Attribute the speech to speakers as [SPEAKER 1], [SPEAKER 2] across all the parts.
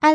[SPEAKER 1] 艾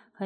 [SPEAKER 1] 可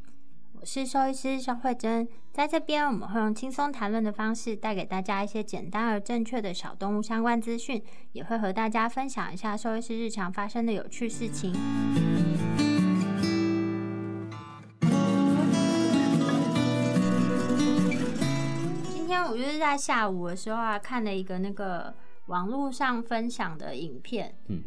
[SPEAKER 1] 我是兽医师肖慧珍，在这边我们会用轻松谈论的方式，带给大家一些简单而正确的小动物相关资讯，也会和大家分享一下兽医师日常发生的有趣事情。今天我就是在下午的时候啊，看了一个那个网络上分享的影片，
[SPEAKER 2] 嗯，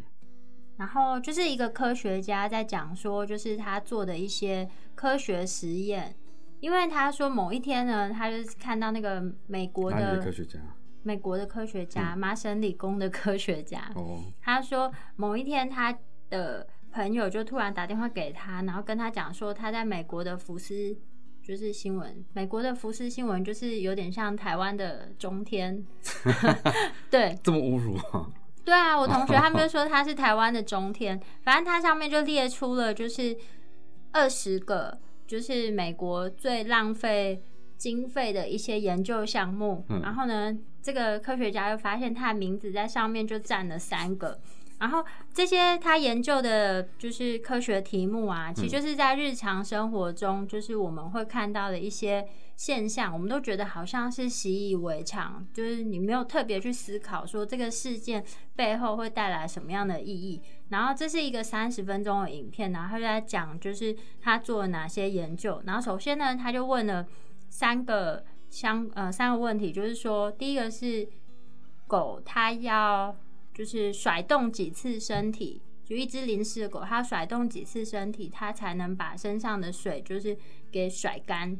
[SPEAKER 1] 然后就是一个科学家在讲说，就是他做的一些科学实验，因为他说某一天呢，他就是看到那个美国
[SPEAKER 2] 哪里的
[SPEAKER 1] 的
[SPEAKER 2] 科学家？嗯
[SPEAKER 1] 美国的科学家麻省理工的科学家，
[SPEAKER 2] 哦，
[SPEAKER 1] 他说某一天他的呃朋友就突然打电话给他，然后跟他讲说他在美国的福斯就是新闻，美国的福斯新闻就是有点像台湾的中天，对，
[SPEAKER 2] 这么侮辱啊！
[SPEAKER 1] 对啊，我同学他们就说他是台湾的中天，反正它上面就列出了就是二十个，就是美国最浪费经费的一些研究项目。
[SPEAKER 2] 嗯
[SPEAKER 1] 然后呢，这个科学家就发现他的名字在上面就占了三个。然后这些他研究的就是科学题目啊，其实就是在日常生活中，就是我们会看到的一些现象，我们都觉得好像是习以为常，就是你没有特别去思考说这个事件背后会带来什么样的意义。然后这是一个三十分钟的影片，然后他就在讲就是他做了哪些研究。然后首先呢，他就问了三个相呃三个问题，就是说第一个是狗它要就是甩动几次身体，就一只临时的狗，它甩动几次身体，它才能把身上的水就是给甩干。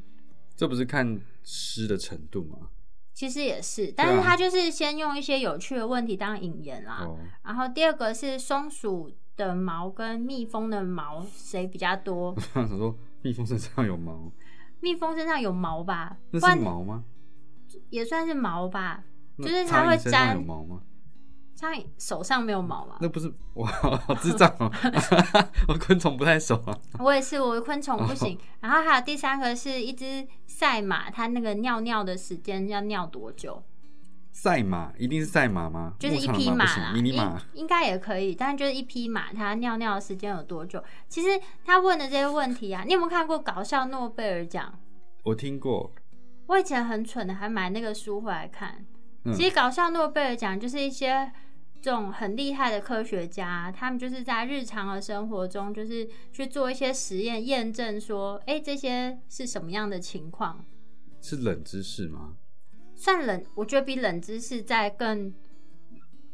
[SPEAKER 2] 这不是看湿的程度吗？
[SPEAKER 1] 其实也是，但是它就是先用一些有趣的问题当引言啦。
[SPEAKER 2] 哦，
[SPEAKER 1] 然后第二个是松鼠的毛跟蜜蜂的毛谁比较多
[SPEAKER 2] 我？想说，蜜蜂身上有毛，
[SPEAKER 1] 蜜蜂身上有毛吧？
[SPEAKER 2] 那
[SPEAKER 1] 不然
[SPEAKER 2] 是毛吗？
[SPEAKER 1] 也算是毛吧，
[SPEAKER 2] 那
[SPEAKER 1] 就是它
[SPEAKER 2] 苍
[SPEAKER 1] 会
[SPEAKER 2] 蝇身上
[SPEAKER 1] 粘
[SPEAKER 2] 有毛吗？
[SPEAKER 1] 像手上没有毛嘛。
[SPEAKER 2] 那不是我好智障 哦，我昆虫不太熟啊。
[SPEAKER 1] 我也是，我昆虫不
[SPEAKER 2] 哦
[SPEAKER 1] 行。 然后还有第三个是一只赛马，它那个尿尿的时间要尿多久？
[SPEAKER 2] 赛马一定是赛马吗？
[SPEAKER 1] 就是
[SPEAKER 2] 牧
[SPEAKER 1] 一
[SPEAKER 2] 场的
[SPEAKER 1] 匹
[SPEAKER 2] 马
[SPEAKER 1] 马
[SPEAKER 2] 不行
[SPEAKER 1] 啦，
[SPEAKER 2] 迷你马。
[SPEAKER 1] 应应该也可以，但就是一匹马，它尿尿的时间有多久？其实他问的这些问题啊，你有没有看过搞笑诺贝尔奖？
[SPEAKER 2] 我听过，
[SPEAKER 1] 我以前很蠢的，还买那个书回来看。
[SPEAKER 2] 嗯
[SPEAKER 1] 其实搞笑诺贝尔奖就是一些这种很厉害的科学家，他们就是在日常的生活中，就是去做一些实验，验证说，哎、这些是什么样的情况。
[SPEAKER 2] 是冷知识吗？
[SPEAKER 1] 算冷，我觉得比冷知识再更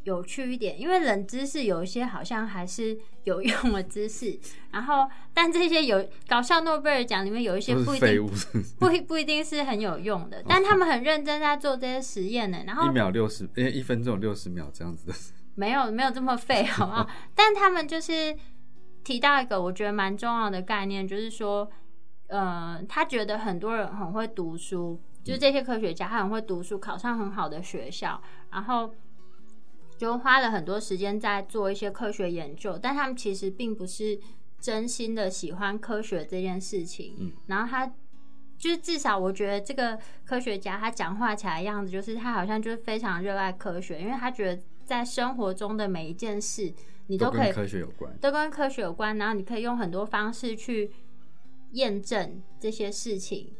[SPEAKER 1] 有趣一点，因为冷知识有一些好像还是有用的知识，然后但这些有搞笑诺贝尔奖里面有一些
[SPEAKER 2] 都
[SPEAKER 1] 不
[SPEAKER 2] 是
[SPEAKER 1] 一
[SPEAKER 2] 废
[SPEAKER 1] 定
[SPEAKER 2] 物，是 不是
[SPEAKER 1] 不一不一定是很有用的，但他们很认真在做这些实验呢。然
[SPEAKER 2] 一
[SPEAKER 1] 后
[SPEAKER 2] 秒六十，诶，一分钟六十秒这样子的。
[SPEAKER 1] 没有没有这么废，好不好？但他们就是提到一个我觉得蛮重要的概念，就是说，呃，他觉得很多人很会读书，
[SPEAKER 2] 嗯
[SPEAKER 1] 就是这些科学家他很会读书，考上很好的学校，然后就花了很多时间在做一些科学研究，但他们其实并不是真心的喜欢科学这件事情。
[SPEAKER 2] 嗯
[SPEAKER 1] 然后他就是至少我觉得这个科学家他讲话起来的样子，就是他好像就是非常热爱科学，因为他觉得在生活中的每一件事，你
[SPEAKER 2] 都
[SPEAKER 1] 可以
[SPEAKER 2] 跟科学有关。
[SPEAKER 1] 都跟科学有关，然后你可以用很多方式去验证这些事情。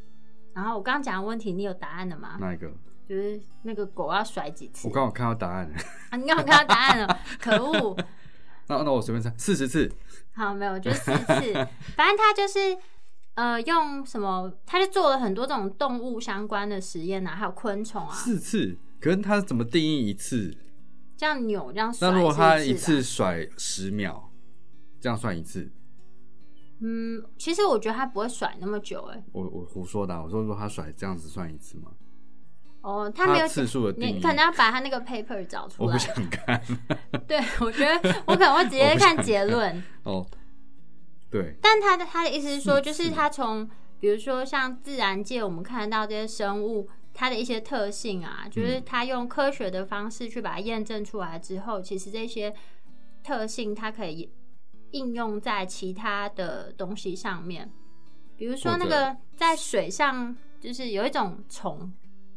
[SPEAKER 1] 然后我刚刚讲的问题，你有答案了吗？
[SPEAKER 2] 那一个？
[SPEAKER 1] 就是那个狗要甩几次
[SPEAKER 2] 我？刚好看到答案了，
[SPEAKER 1] 啊，你刚我看到答案了，可恶！
[SPEAKER 2] 那那我随便猜，四十次。
[SPEAKER 1] 好，没有，就四次。反正他就是呃，用什么，他就做了很多这种动物相关的实验啊，还有昆虫啊。
[SPEAKER 2] 四次，可是它怎么定义一次？
[SPEAKER 1] 这样扭这样甩
[SPEAKER 2] 那
[SPEAKER 1] 是
[SPEAKER 2] 如果他一
[SPEAKER 1] 次啊
[SPEAKER 2] 次
[SPEAKER 1] 吧，
[SPEAKER 2] 甩十秒，这样算一次？
[SPEAKER 1] 嗯，其实我觉得他不会甩那么久、哎，
[SPEAKER 2] 我我胡说的啊、我说如果他甩这样子算一次吗？
[SPEAKER 1] 哦，他没有
[SPEAKER 2] 次数的定
[SPEAKER 1] 你
[SPEAKER 2] 义
[SPEAKER 1] 可，能要把他那个 paper 找出
[SPEAKER 2] 我不
[SPEAKER 1] 来。
[SPEAKER 2] 想看。
[SPEAKER 1] 对， 我觉得我可能会直
[SPEAKER 2] 我
[SPEAKER 1] 接
[SPEAKER 2] 不想
[SPEAKER 1] 看结论。
[SPEAKER 2] 哦，对，
[SPEAKER 1] 但他的他的意思是说，
[SPEAKER 2] 是
[SPEAKER 1] 就是他从比如说像自然界我们看得到这些生物，它的一些特性啊，就是
[SPEAKER 2] 嗯
[SPEAKER 1] 他用科学的方式去把它验证出来之后，其实这些特性它可以应用在其他的东西上面，比如说那
[SPEAKER 2] 或
[SPEAKER 1] 个在水上，就是有一种虫，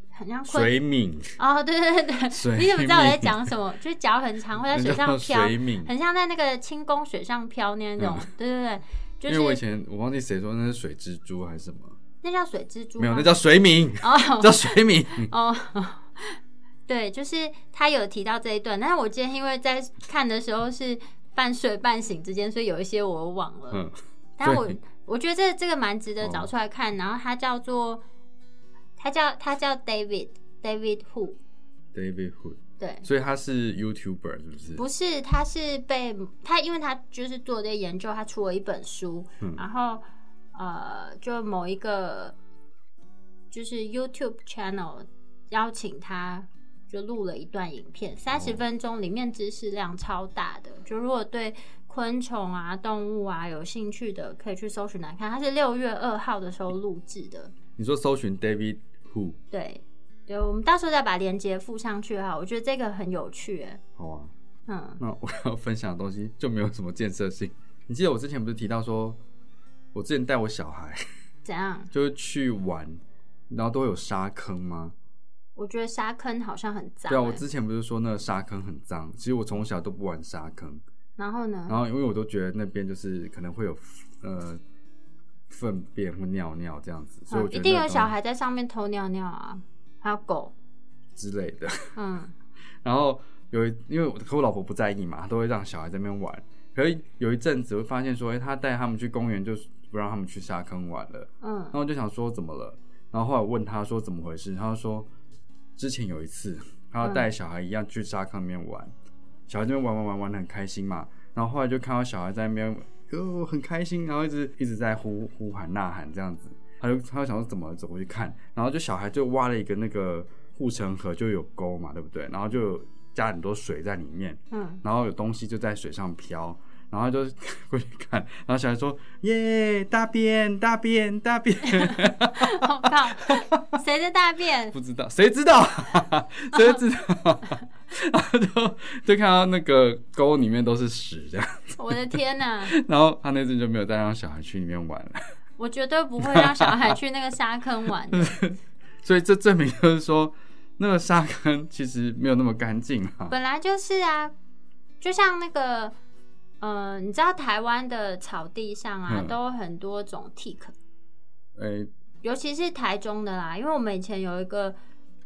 [SPEAKER 1] 很像昆
[SPEAKER 2] 水敏，
[SPEAKER 1] 哦，对对对
[SPEAKER 2] 水
[SPEAKER 1] 对，你怎么知道我在
[SPEAKER 2] 蜜
[SPEAKER 1] 讲什么？就是脚很长，会在水
[SPEAKER 2] 那叫
[SPEAKER 1] 上飘，
[SPEAKER 2] 水敏。
[SPEAKER 1] 很像在那个轻功水上漂那种。对对对，
[SPEAKER 2] 嗯因为我
[SPEAKER 1] 就
[SPEAKER 2] 以
[SPEAKER 1] 是
[SPEAKER 2] 前我忘记谁说那是水蜘蛛还是什么，
[SPEAKER 1] 那叫水蜘蛛吗，
[SPEAKER 2] 没有，那叫 水敏，
[SPEAKER 1] 哦
[SPEAKER 2] 叫 水敏。
[SPEAKER 1] 哦。对，就是他有提到这一段，但是我今天因为在看的时候是半睡半醒之间，所以有一些我忘了。
[SPEAKER 2] 嗯，
[SPEAKER 1] 但我
[SPEAKER 2] 对哦
[SPEAKER 1] 我觉得这这个蛮值得找出来看。然后他叫做他叫他叫 David David Who，
[SPEAKER 2] David Hood，
[SPEAKER 1] 对，
[SPEAKER 2] 所以他是 YouTuber 是不是？
[SPEAKER 1] 不是，他是被他，因为他就是做这个研究，他出了一本书，
[SPEAKER 2] 嗯
[SPEAKER 1] 然后呃，就某一个就是 YouTube channel 邀请他，就录了一段影片，三十
[SPEAKER 2] 哦
[SPEAKER 1] 分钟，里面知识量超大的。就如果对昆虫啊、动物啊有兴趣的，可以去搜寻来看。他是六月二号的时候录制的，
[SPEAKER 2] 你说搜寻 David Who，
[SPEAKER 1] 对。对，我们到时候再把链接附上去哈，我觉得这个很有趣耶，
[SPEAKER 2] 好啊。
[SPEAKER 1] 嗯，
[SPEAKER 2] 那我要分享的东西就没有什么建设性。你记得我之前不是提到说，我之前带我小孩
[SPEAKER 1] 怎样？
[SPEAKER 2] 就是去玩，然后都会有沙坑吗？
[SPEAKER 1] 我觉得沙坑好像很脏欸、
[SPEAKER 2] 对啊，我之前不是说那个沙坑很脏，其实我从小都不玩沙坑，
[SPEAKER 1] 然后呢？
[SPEAKER 2] 然后因为我都觉得那边就是可能会有呃粪便或尿尿这样子，所以我
[SPEAKER 1] 嗯，
[SPEAKER 2] 觉得
[SPEAKER 1] 一定
[SPEAKER 2] 那
[SPEAKER 1] 有
[SPEAKER 2] 东西
[SPEAKER 1] 小孩在上面偷尿尿啊，还有狗。
[SPEAKER 2] 之类的。
[SPEAKER 1] 嗯，
[SPEAKER 2] 然后有一，因为我可我老婆不在意嘛，她都会让小孩在那边玩。可是有一阵子会发现说，哎、她带他们去公园，就是不让他们去沙坑玩了。
[SPEAKER 1] 嗯
[SPEAKER 2] 然，后我就想说怎么了，然后后来我问她说怎么回事，她就说之前有一次，她要带小孩一样去沙坑里面玩，小孩这边玩玩玩玩的很开心嘛，然后后来就看到小孩在那边哟、很开心，然后一直一直在呼呼喊呐喊这样子，她就她就想说怎么了走过去看，然后就小孩就挖了一个那个护城河就有沟嘛，对不对？然后就有加很多水在里面，
[SPEAKER 1] 嗯，
[SPEAKER 2] 然后有东西就在水上飘，然后就 过去看，然后小孩说：“耶，大便，大便，大便！”
[SPEAKER 1] 我靠，谁的大便？
[SPEAKER 2] 不知道，谁知道？谁知道？ 然后就就看到那个沟里面都是屎这样，
[SPEAKER 1] 我的天哪、
[SPEAKER 2] 然后他那阵就没有再让小孩去里面玩了。
[SPEAKER 1] 我绝对不会让小孩去那个沙坑玩 的。
[SPEAKER 2] 所以这证明就是说，那个沙坑其实没有那么干净啊。
[SPEAKER 1] 本来就是啊，就像那个，呃，你知道台湾的草地上啊，
[SPEAKER 2] 嗯
[SPEAKER 1] 都有很多种 tick，
[SPEAKER 2] 哎、
[SPEAKER 1] 尤其是台中的啦，因为我们以前有一个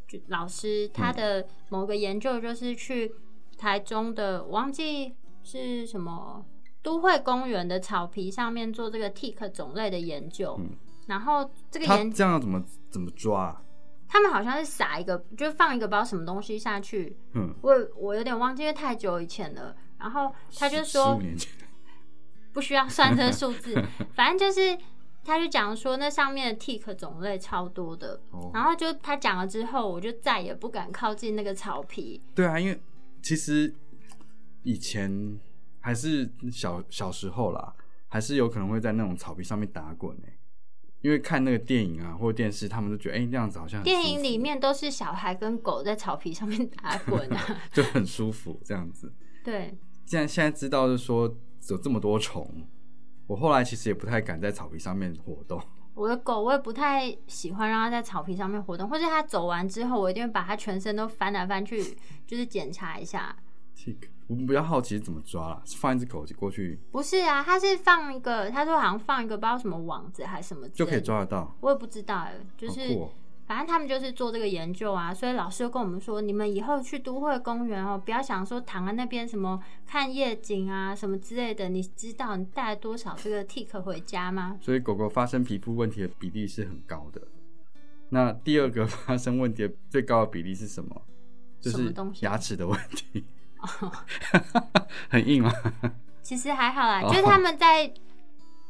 [SPEAKER 1] 就老师，
[SPEAKER 2] 嗯
[SPEAKER 1] 他的某个研究就是去台中的，我忘记是什么都会公园的草皮上面做这个 tick 种类的研究。
[SPEAKER 2] 嗯
[SPEAKER 1] 然后这个
[SPEAKER 2] 他
[SPEAKER 1] 研，
[SPEAKER 2] 这样要怎么怎么抓、啊？
[SPEAKER 1] 他们好像是撒一个，就放一个不知道什么东西下去，
[SPEAKER 2] 嗯，
[SPEAKER 1] 我我有点忘记，因为太久以前了。然后他就说
[SPEAKER 2] 十五，年前，
[SPEAKER 1] 不需要算这个数 字，反正就是他就讲说那上面的 tick 种类超多的，
[SPEAKER 2] 哦
[SPEAKER 1] 然后就他讲了之后，我就再也不敢靠近那个草皮。
[SPEAKER 2] 对啊，因为其实以前还是小小时候啦，还是有可能会在那种草皮上面打滚诶、因为看那个电影啊或者电视，他们都觉得哎、那样子好像很
[SPEAKER 1] 电
[SPEAKER 2] 舒
[SPEAKER 1] 影
[SPEAKER 2] 服
[SPEAKER 1] 里面都是小孩跟狗在草皮上面打滚 啊，
[SPEAKER 2] 就很舒服这样子。
[SPEAKER 1] 对，
[SPEAKER 2] 既然现在知道就是说有这么多虫，我后来其实也不太敢在草皮上面活动。
[SPEAKER 1] 我的狗我也不太喜欢让它在草皮上面活动，或者它走完之后，我一定会把它全身都翻来翻去，就是检查一下。
[SPEAKER 2] 我们比较好奇是怎么抓啦，是放一只狗过去
[SPEAKER 1] 不是啊，它是放一个，他说好像放一个不知道什么网子还是什么之
[SPEAKER 2] 就
[SPEAKER 1] 类
[SPEAKER 2] 可以
[SPEAKER 1] 的，
[SPEAKER 2] 抓得到，
[SPEAKER 1] 我也不知道哎、就是、
[SPEAKER 2] 好酷哦、
[SPEAKER 1] 反正他们就是做这个研究啊，所以老师就跟我们说，你们以后去都会公园哦，不要想说躺在那边什么看夜景啊什么之类的。你知道你带了多少这个 tick 回家吗？
[SPEAKER 2] 所以狗狗发生皮肤问题的比例是很高的。那第二个发生问题的最高的比例是什么？就
[SPEAKER 1] 什
[SPEAKER 2] 是
[SPEAKER 1] 么东西哦
[SPEAKER 2] 牙齿的问题。 很硬吗？
[SPEAKER 1] 其实还好啦，
[SPEAKER 2] 哦
[SPEAKER 1] 就是他们在。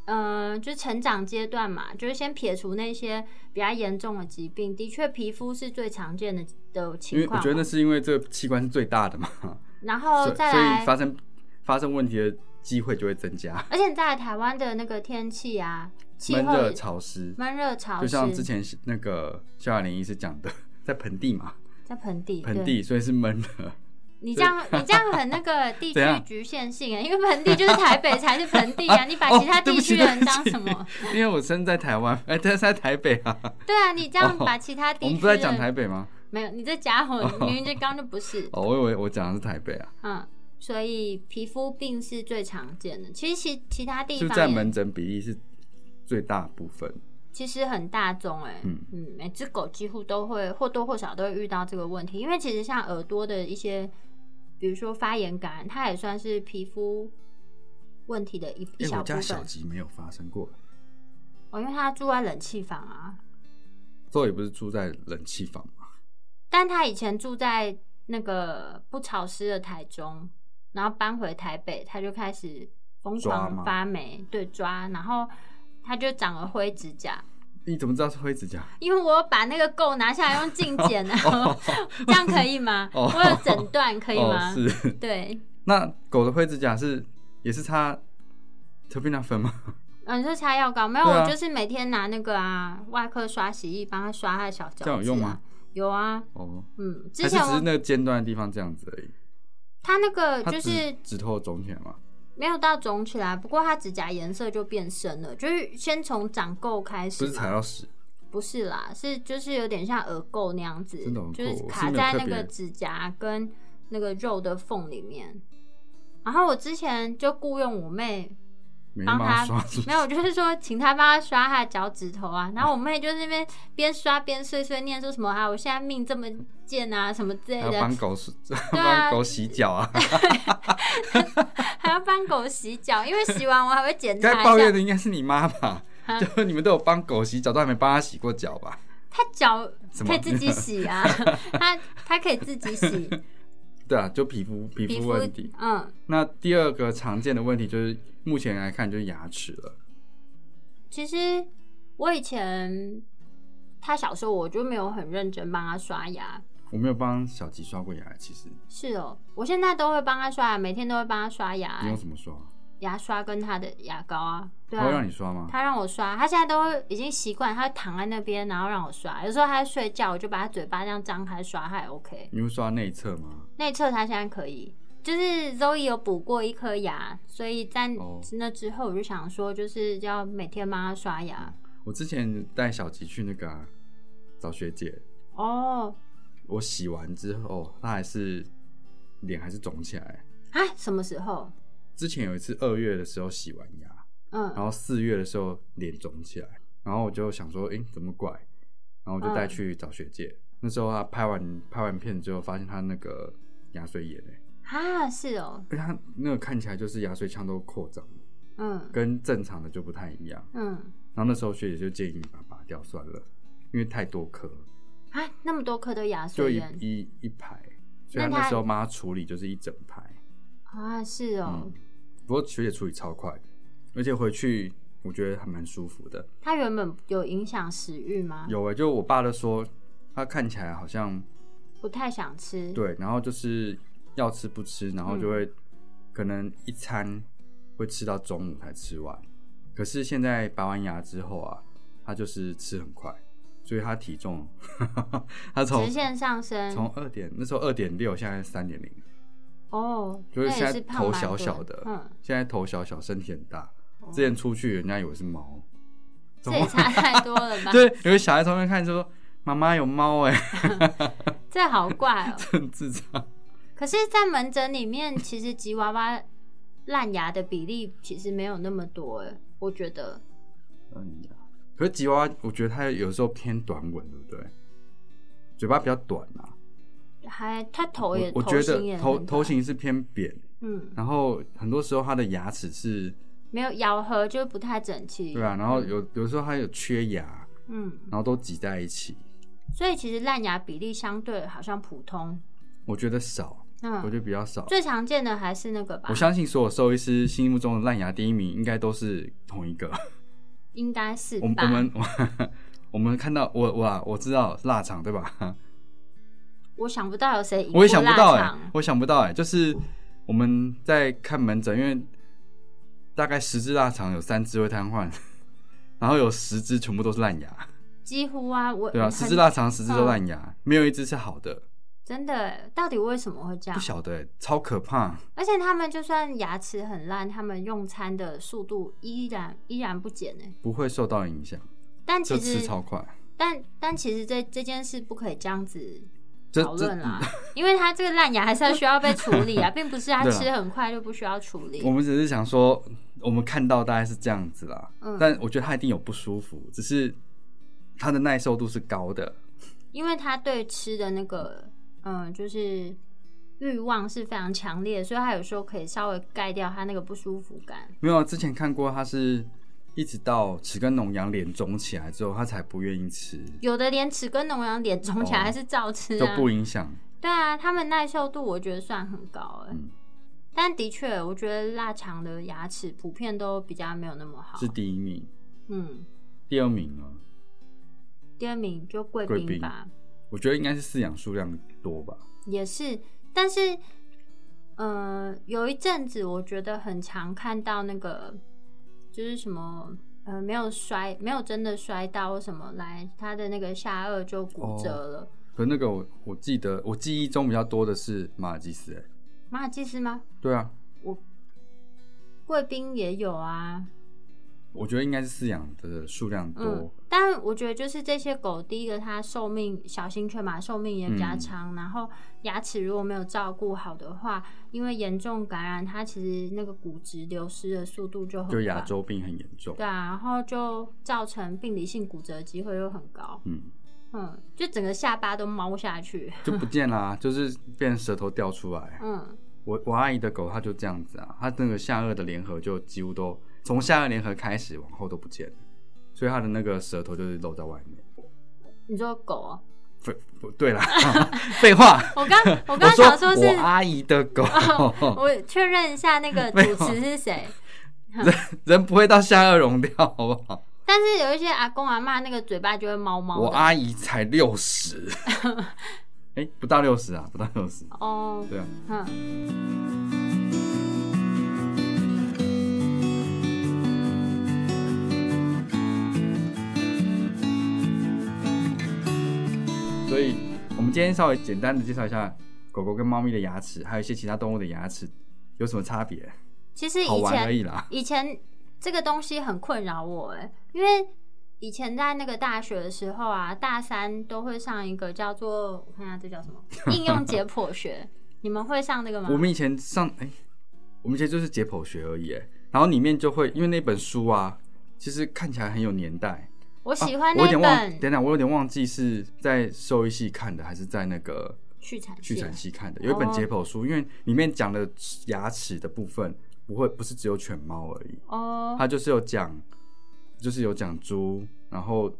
[SPEAKER 1] 嗯、就成长阶段嘛，就是先撇除那些比较严重的疾病，的确皮肤是最常见的的
[SPEAKER 2] 因
[SPEAKER 1] 情
[SPEAKER 2] 为我
[SPEAKER 1] 况嘛。
[SPEAKER 2] 觉得那是因为这个器官是最大的嘛，
[SPEAKER 1] 然
[SPEAKER 2] 所
[SPEAKER 1] 后
[SPEAKER 2] 以
[SPEAKER 1] 哦再
[SPEAKER 2] 所以
[SPEAKER 1] 来，
[SPEAKER 2] 发生发生问题的机会就会增加。
[SPEAKER 1] 而且再来台湾的那个天气啊，气
[SPEAKER 2] 闷
[SPEAKER 1] 候
[SPEAKER 2] 热潮湿，
[SPEAKER 1] 闷热潮湿，
[SPEAKER 2] 就像之前那个萧亚玲医师讲的，在盆地嘛，
[SPEAKER 1] 在盆地，
[SPEAKER 2] 盆
[SPEAKER 1] 对
[SPEAKER 2] 地所以是闷 的。
[SPEAKER 1] 你这样，你这样很那个地
[SPEAKER 2] 怎
[SPEAKER 1] 区
[SPEAKER 2] 样
[SPEAKER 1] 局限性啊，因为盆地就是台北才是盆 地啊，你把其他
[SPEAKER 2] 哦对
[SPEAKER 1] 地
[SPEAKER 2] 不起
[SPEAKER 1] 区的人
[SPEAKER 2] 对不
[SPEAKER 1] 当
[SPEAKER 2] 起
[SPEAKER 1] 什么？
[SPEAKER 2] 因为我身在台湾，哎、但是在台北啊，
[SPEAKER 1] 对啊，你这样把其他
[SPEAKER 2] 我
[SPEAKER 1] 地
[SPEAKER 2] 们
[SPEAKER 1] 区
[SPEAKER 2] 不
[SPEAKER 1] 的
[SPEAKER 2] 在讲台哦北吗？
[SPEAKER 1] 没有，你这家伙明明就刚就不是，
[SPEAKER 2] 哦，我以为我讲的是台北啊，
[SPEAKER 1] 嗯，所以皮肤病是最常见的，其实其其他地
[SPEAKER 2] 就
[SPEAKER 1] 方
[SPEAKER 2] 在
[SPEAKER 1] 也
[SPEAKER 2] 门诊比例是最大部分。
[SPEAKER 1] 其实很大众哎、嗯
[SPEAKER 2] 嗯
[SPEAKER 1] 每只狗几乎都会或多或少都会遇到这个问题，因为其实像耳朵的一些，比如说发炎感染，它也算是皮肤问题的一一
[SPEAKER 2] 因为
[SPEAKER 1] 小
[SPEAKER 2] 欸哎我
[SPEAKER 1] 部
[SPEAKER 2] 家
[SPEAKER 1] 分
[SPEAKER 2] 小。吉没有发生过，
[SPEAKER 1] 哦，因为它住在冷气房啊，
[SPEAKER 2] 所以不是住在冷气房嘛，
[SPEAKER 1] 但它以前住在那个不潮湿的台中，然后搬回台北，它就开始疯
[SPEAKER 2] 抓
[SPEAKER 1] 狂
[SPEAKER 2] 吗
[SPEAKER 1] 发霉，对抓，然后它就长了灰指甲。
[SPEAKER 2] 你怎么知道是灰指甲？
[SPEAKER 1] 因为我有把那个垢拿下来用镜剪啊， 这样可以吗？
[SPEAKER 2] 哦
[SPEAKER 1] 我有诊断可以吗？
[SPEAKER 2] 哦，是。
[SPEAKER 1] 对，
[SPEAKER 2] 那狗的灰指甲是也是擦特必那粉吗？
[SPEAKER 1] 嗯，你说擦药膏没有？
[SPEAKER 2] 对啊
[SPEAKER 1] 我就是每天拿那个啊外科刷洗液帮它刷它的小脚趾、啊。
[SPEAKER 2] 这样有用吗？
[SPEAKER 1] 有啊，
[SPEAKER 2] 哦，
[SPEAKER 1] 嗯，之
[SPEAKER 2] 还是
[SPEAKER 1] 前
[SPEAKER 2] 只是
[SPEAKER 1] 我
[SPEAKER 2] 那个尖端的地方这样子而已。
[SPEAKER 1] 它那个
[SPEAKER 2] 它
[SPEAKER 1] 就是
[SPEAKER 2] 指指头肿起来嘛，
[SPEAKER 1] 没有到肿起来，不过它指甲颜色就变深了，就是先从长垢开始
[SPEAKER 2] 不
[SPEAKER 1] 嘛。
[SPEAKER 2] 是踩到屎，
[SPEAKER 1] 不是啦，是就是有点像耳垢那样子
[SPEAKER 2] 真的，很哦
[SPEAKER 1] 就是
[SPEAKER 2] 酷我是
[SPEAKER 1] 卡
[SPEAKER 2] 没有
[SPEAKER 1] 在
[SPEAKER 2] 特
[SPEAKER 1] 那个
[SPEAKER 2] 别
[SPEAKER 1] 指甲跟那个肉的缝里面。然后我之前就雇佣我妹，
[SPEAKER 2] 每天
[SPEAKER 1] 帮
[SPEAKER 2] 帮
[SPEAKER 1] 她
[SPEAKER 2] 它刷出
[SPEAKER 1] 没有，就是说请她帮她刷她的脚趾头 啊。然后我妹就在那边边刷边碎碎念说什么啊，我现在命这么贱啊，什么之类
[SPEAKER 2] 还要
[SPEAKER 1] 的，
[SPEAKER 2] 帮狗 洗，
[SPEAKER 1] 啊
[SPEAKER 2] 帮狗洗脚啊！
[SPEAKER 1] 还要帮狗洗脚，因为洗完我还会检查
[SPEAKER 2] 该抱
[SPEAKER 1] 一
[SPEAKER 2] 怨
[SPEAKER 1] 下
[SPEAKER 2] 的应该是你 妈吧
[SPEAKER 1] 啊？
[SPEAKER 2] 就你们都有帮狗洗脚，都还没帮它洗过脚吧？
[SPEAKER 1] 她脚
[SPEAKER 2] 什
[SPEAKER 1] 可
[SPEAKER 2] 么
[SPEAKER 1] 以自己洗 啊，她她可以自己洗
[SPEAKER 2] 对啊，就皮肤 皮
[SPEAKER 1] 皮
[SPEAKER 2] 肤
[SPEAKER 1] 肤
[SPEAKER 2] 问题。，
[SPEAKER 1] 嗯。
[SPEAKER 2] 那第二个常见的问题就是目前来看就是牙齿了。
[SPEAKER 1] 其实我以前他小时候我就没有很认真帮他刷牙，
[SPEAKER 2] 我没有帮小吉刷过牙，其实
[SPEAKER 1] 是哦，我现在都会帮他刷牙，每天都会帮他刷牙
[SPEAKER 2] 你，用什么刷？
[SPEAKER 1] 牙刷跟他的牙膏啊，对
[SPEAKER 2] 他会让
[SPEAKER 1] 啊
[SPEAKER 2] 你。刷吗？
[SPEAKER 1] 他让我刷，他现在都会已经习惯，他会躺在那边，然后让我刷。有时候他在睡觉，我就把他嘴巴这样张开刷，他也 OK。
[SPEAKER 2] 你会刷内侧吗？
[SPEAKER 1] 内侧他现在可以，就是 Zoe 有补过一颗牙，所以在
[SPEAKER 2] 哦
[SPEAKER 1] 那之后我就想说，就是要每天帮他刷牙。
[SPEAKER 2] 我之前带小吉去那个、啊、找学姐，
[SPEAKER 1] 哦，
[SPEAKER 2] 我洗完之后，她还是脸还是肿起来。
[SPEAKER 1] 啊，什么时候？
[SPEAKER 2] 之前有一次二月的时候洗完牙，
[SPEAKER 1] 嗯，
[SPEAKER 2] 然后四月的时候脸肿起来，然后我就想说，诶，怎么怪？然后我就
[SPEAKER 1] 嗯
[SPEAKER 2] 带去找学姐。那时候她拍完拍完片之后，发现她那个牙髓炎、欸，
[SPEAKER 1] 啊，是哦，
[SPEAKER 2] 而且她那个看起来就是牙髓腔都扩张了，
[SPEAKER 1] 嗯
[SPEAKER 2] 跟正常的就不太一样。
[SPEAKER 1] 嗯，
[SPEAKER 2] 然后那时候学姐就建议把它拔掉算了，因为太多颗，
[SPEAKER 1] 啊，那么多颗的牙髓
[SPEAKER 2] 就一
[SPEAKER 1] 炎
[SPEAKER 2] 一一排，所以她
[SPEAKER 1] 那她
[SPEAKER 2] 那时候帮她处理就是一整排。
[SPEAKER 1] 啊，是哦
[SPEAKER 2] 嗯，，不过学姐处理超快的，而且回去我觉得还蛮舒服的。
[SPEAKER 1] 它原本有影响食欲吗？
[SPEAKER 2] 有哎、就我爸都说他看起来好像
[SPEAKER 1] 不太想吃，，
[SPEAKER 2] 对，然后就是要吃不吃，然后
[SPEAKER 1] 嗯
[SPEAKER 2] 就会、可能一餐会吃到中午才吃完。可是现在拔完牙之后啊，他就是吃很快，所以他体重他从
[SPEAKER 1] 直线上升，
[SPEAKER 2] 从二点那时候二点六，现在三点零，
[SPEAKER 1] 哦，
[SPEAKER 2] 就是
[SPEAKER 1] 那也
[SPEAKER 2] 现在
[SPEAKER 1] 是胖
[SPEAKER 2] 头
[SPEAKER 1] 蛮
[SPEAKER 2] 小
[SPEAKER 1] 多
[SPEAKER 2] 小的
[SPEAKER 1] 嗯，
[SPEAKER 2] 现在头小小，身体很大。
[SPEAKER 1] 哦
[SPEAKER 2] 之前出去人家以为是 猫，
[SPEAKER 1] 这也差太多了吧？
[SPEAKER 2] 对，有个小孩从那边看就说：“妈妈有猫哎、
[SPEAKER 1] 这好怪哦。
[SPEAKER 2] 很 智障。
[SPEAKER 1] 可是，在门诊里面，其实吉娃娃烂牙的比例其实没有那么多，哎，我觉得，
[SPEAKER 2] 嗯呀可是吉娃娃，我觉得它有时候偏短吻，对不对？嘴巴比较短啊。
[SPEAKER 1] 还它头
[SPEAKER 2] 我
[SPEAKER 1] 也
[SPEAKER 2] 我觉
[SPEAKER 1] 型也
[SPEAKER 2] 得头
[SPEAKER 1] 很
[SPEAKER 2] 头
[SPEAKER 1] 短，
[SPEAKER 2] 型是偏扁，
[SPEAKER 1] 嗯，
[SPEAKER 2] 然后很多时候它的牙齿是，
[SPEAKER 1] 没有咬合就不太整齐，
[SPEAKER 2] 对啊，然后有有时候它有缺牙，
[SPEAKER 1] 嗯。
[SPEAKER 2] 然后都挤在一起，
[SPEAKER 1] 所以其实烂牙比例相对好像普通，
[SPEAKER 2] 我觉得少。我
[SPEAKER 1] 嗯，
[SPEAKER 2] 觉得比较少。
[SPEAKER 1] 最常见的还是那个吧
[SPEAKER 2] 我，相信所有兽医师心目中的烂牙第一名应该都是同一个。
[SPEAKER 1] 应该是
[SPEAKER 2] 我们
[SPEAKER 1] 吧
[SPEAKER 2] 我？们我们看到我我啊我知道腊肠对吧？
[SPEAKER 1] 我想不到有谁赢
[SPEAKER 2] 我
[SPEAKER 1] 过
[SPEAKER 2] 也想不到
[SPEAKER 1] 腊
[SPEAKER 2] 哎、
[SPEAKER 1] 肠，
[SPEAKER 2] 我想不到哎、就是我们在看门诊，因为大概十只腊肠有三只会瘫痪， 然后有十只全部都是烂牙，
[SPEAKER 1] 几乎啊，我
[SPEAKER 2] 对啊，
[SPEAKER 1] 很嗯
[SPEAKER 2] 十只腊肠十只都烂牙，没有一只是好的，
[SPEAKER 1] 真的欸，到底为什么会这
[SPEAKER 2] 不
[SPEAKER 1] 样？
[SPEAKER 2] 晓得、欸，超可怕。
[SPEAKER 1] 而且他们就算牙齿很烂，他们用餐的速度依然依然不减呢。
[SPEAKER 2] 不会受到影响，
[SPEAKER 1] 但
[SPEAKER 2] 就
[SPEAKER 1] 其
[SPEAKER 2] 吃
[SPEAKER 1] 实，
[SPEAKER 2] 超快。
[SPEAKER 1] 但但其实这这件事不可以这样子
[SPEAKER 2] 这
[SPEAKER 1] 讨
[SPEAKER 2] 这
[SPEAKER 1] 论啦，因为他这个烂牙还是要需要被处理 啊，并不是他
[SPEAKER 2] 对啦
[SPEAKER 1] 吃很快就不需要处
[SPEAKER 2] 我
[SPEAKER 1] 理。
[SPEAKER 2] 们只是想说，我们看到大概是这样子啦，
[SPEAKER 1] 嗯
[SPEAKER 2] 但我觉得它一定有不舒服，只是它的耐受度是高的，
[SPEAKER 1] 因为他对吃的那个，嗯，就是欲望是非常强烈的，所以他有时候可以稍微盖掉他那个不舒服感。
[SPEAKER 2] 没有，之前看过它是一直到齿根脓疡脸肿起来之后，它才不愿意吃，
[SPEAKER 1] 有的连齿根脓疡脸肿起来
[SPEAKER 2] 哦
[SPEAKER 1] 还是照吃
[SPEAKER 2] 就
[SPEAKER 1] 啊，
[SPEAKER 2] 不影响。
[SPEAKER 1] 对啊，他们耐受度我觉得算很高哎、
[SPEAKER 2] 嗯
[SPEAKER 1] 但的确，我觉得腊肠的牙齿普遍都比较没有那么好。
[SPEAKER 2] 是第一名，
[SPEAKER 1] 嗯，
[SPEAKER 2] 第二名啊呢？
[SPEAKER 1] 第二名就贵
[SPEAKER 2] 贵
[SPEAKER 1] 宾
[SPEAKER 2] 宾
[SPEAKER 1] 吧，
[SPEAKER 2] 我觉得应该是饲养数量多吧。
[SPEAKER 1] 也是，但是，呃，有一阵子我觉得很常看到那个，就是什么，呃，没有摔，没有真的摔到或什么来，他的那个下颚就骨折了。
[SPEAKER 2] 可那个我我记得我记忆中比较多的是马尔济斯、欸，
[SPEAKER 1] 马尔济斯吗？
[SPEAKER 2] 对啊，
[SPEAKER 1] 贵宾也有啊，
[SPEAKER 2] 我觉得应该是饲养的数量多。
[SPEAKER 1] 嗯，但我觉得就是这些狗，第一个它寿命，小型犬嘛，寿命也比较
[SPEAKER 2] 嗯
[SPEAKER 1] 长，然后牙齿如果没有照顾好的话，因为严重感染，它其实那个骨质流失的速度就很
[SPEAKER 2] 就牙
[SPEAKER 1] 快
[SPEAKER 2] 周病很严重
[SPEAKER 1] 对。啊，然后就造成病理性骨折的机会又很高，
[SPEAKER 2] 嗯，
[SPEAKER 1] 嗯，就整个下巴都猫下 去，
[SPEAKER 2] 就不见啦、就是变成舌头掉出来。
[SPEAKER 1] 嗯，
[SPEAKER 2] 我我阿姨的狗，它就这样子啊，它那个下颚的联合就几乎都从下颚联合开始往后都不见了，所以它的那个舌头就是露在外面。
[SPEAKER 1] 你说狗、哦，
[SPEAKER 2] 废不对啦， 废话。
[SPEAKER 1] 我刚我
[SPEAKER 2] 我
[SPEAKER 1] 刚想
[SPEAKER 2] 说
[SPEAKER 1] 是
[SPEAKER 2] 我，阿姨的狗，
[SPEAKER 1] 我确认一下那个
[SPEAKER 2] 没有
[SPEAKER 1] 主持是谁。
[SPEAKER 2] 人不会到下颚融掉，好不好？
[SPEAKER 1] 但是有一些阿公阿妈那个嘴巴就会猫猫的，
[SPEAKER 2] 我啊阿姨才六十， 哎，不到六十啊，不到六十。
[SPEAKER 1] 哦，
[SPEAKER 2] 对啊，
[SPEAKER 1] 嗯。
[SPEAKER 2] 所以我们今天稍微简单的介绍一下狗狗跟猫咪的牙齿，还有一些其他动物的牙齿有什么差别，
[SPEAKER 1] 其实
[SPEAKER 2] 好
[SPEAKER 1] 以
[SPEAKER 2] 玩而
[SPEAKER 1] 前
[SPEAKER 2] 已啦。
[SPEAKER 1] 以前这个东西很困扰我哎、因为以前在那个大学的时候啊，大三都会上一个叫做我看一下这叫 什么应用解剖学，你们会上那个吗？
[SPEAKER 2] 我们以前上哎、我们以前就是解剖学而已，哎，然后里面就会因为那本书啊，其实看起来很有年代。
[SPEAKER 1] 我喜欢
[SPEAKER 2] 啊我
[SPEAKER 1] 那
[SPEAKER 2] 有点忘，
[SPEAKER 1] 本
[SPEAKER 2] 等等，我有点忘记是在兽医系看的，还是在那个
[SPEAKER 1] 去产
[SPEAKER 2] 去
[SPEAKER 1] 系
[SPEAKER 2] 产系看的。有一本
[SPEAKER 1] 哦
[SPEAKER 2] 解剖书，因为里面讲的牙齿的部分不会不是只有犬猫而已，
[SPEAKER 1] 哦，
[SPEAKER 2] 它就是有讲，就是有讲猪，然后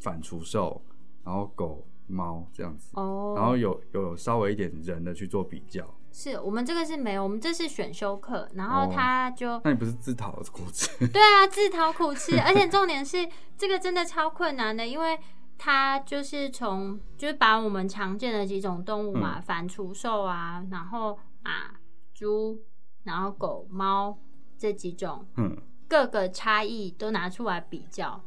[SPEAKER 2] 反刍兽，然后狗、猫这样子，
[SPEAKER 1] 哦，
[SPEAKER 2] 然后有有稍微一点人的去做比较。
[SPEAKER 1] 是我们这个是没有，我们这是选修课，然后
[SPEAKER 2] 哦
[SPEAKER 1] 他就、
[SPEAKER 2] 那你不是自讨苦吃？
[SPEAKER 1] 对啊，自讨苦吃， 而且重点是这个真的超困难的，因为它就是从就是把我们常见的几种动物
[SPEAKER 2] 嗯
[SPEAKER 1] 嘛，反刍兽啊，然后马、猪，然后狗、猫这几种
[SPEAKER 2] 嗯，
[SPEAKER 1] 各个差异都拿出来比较，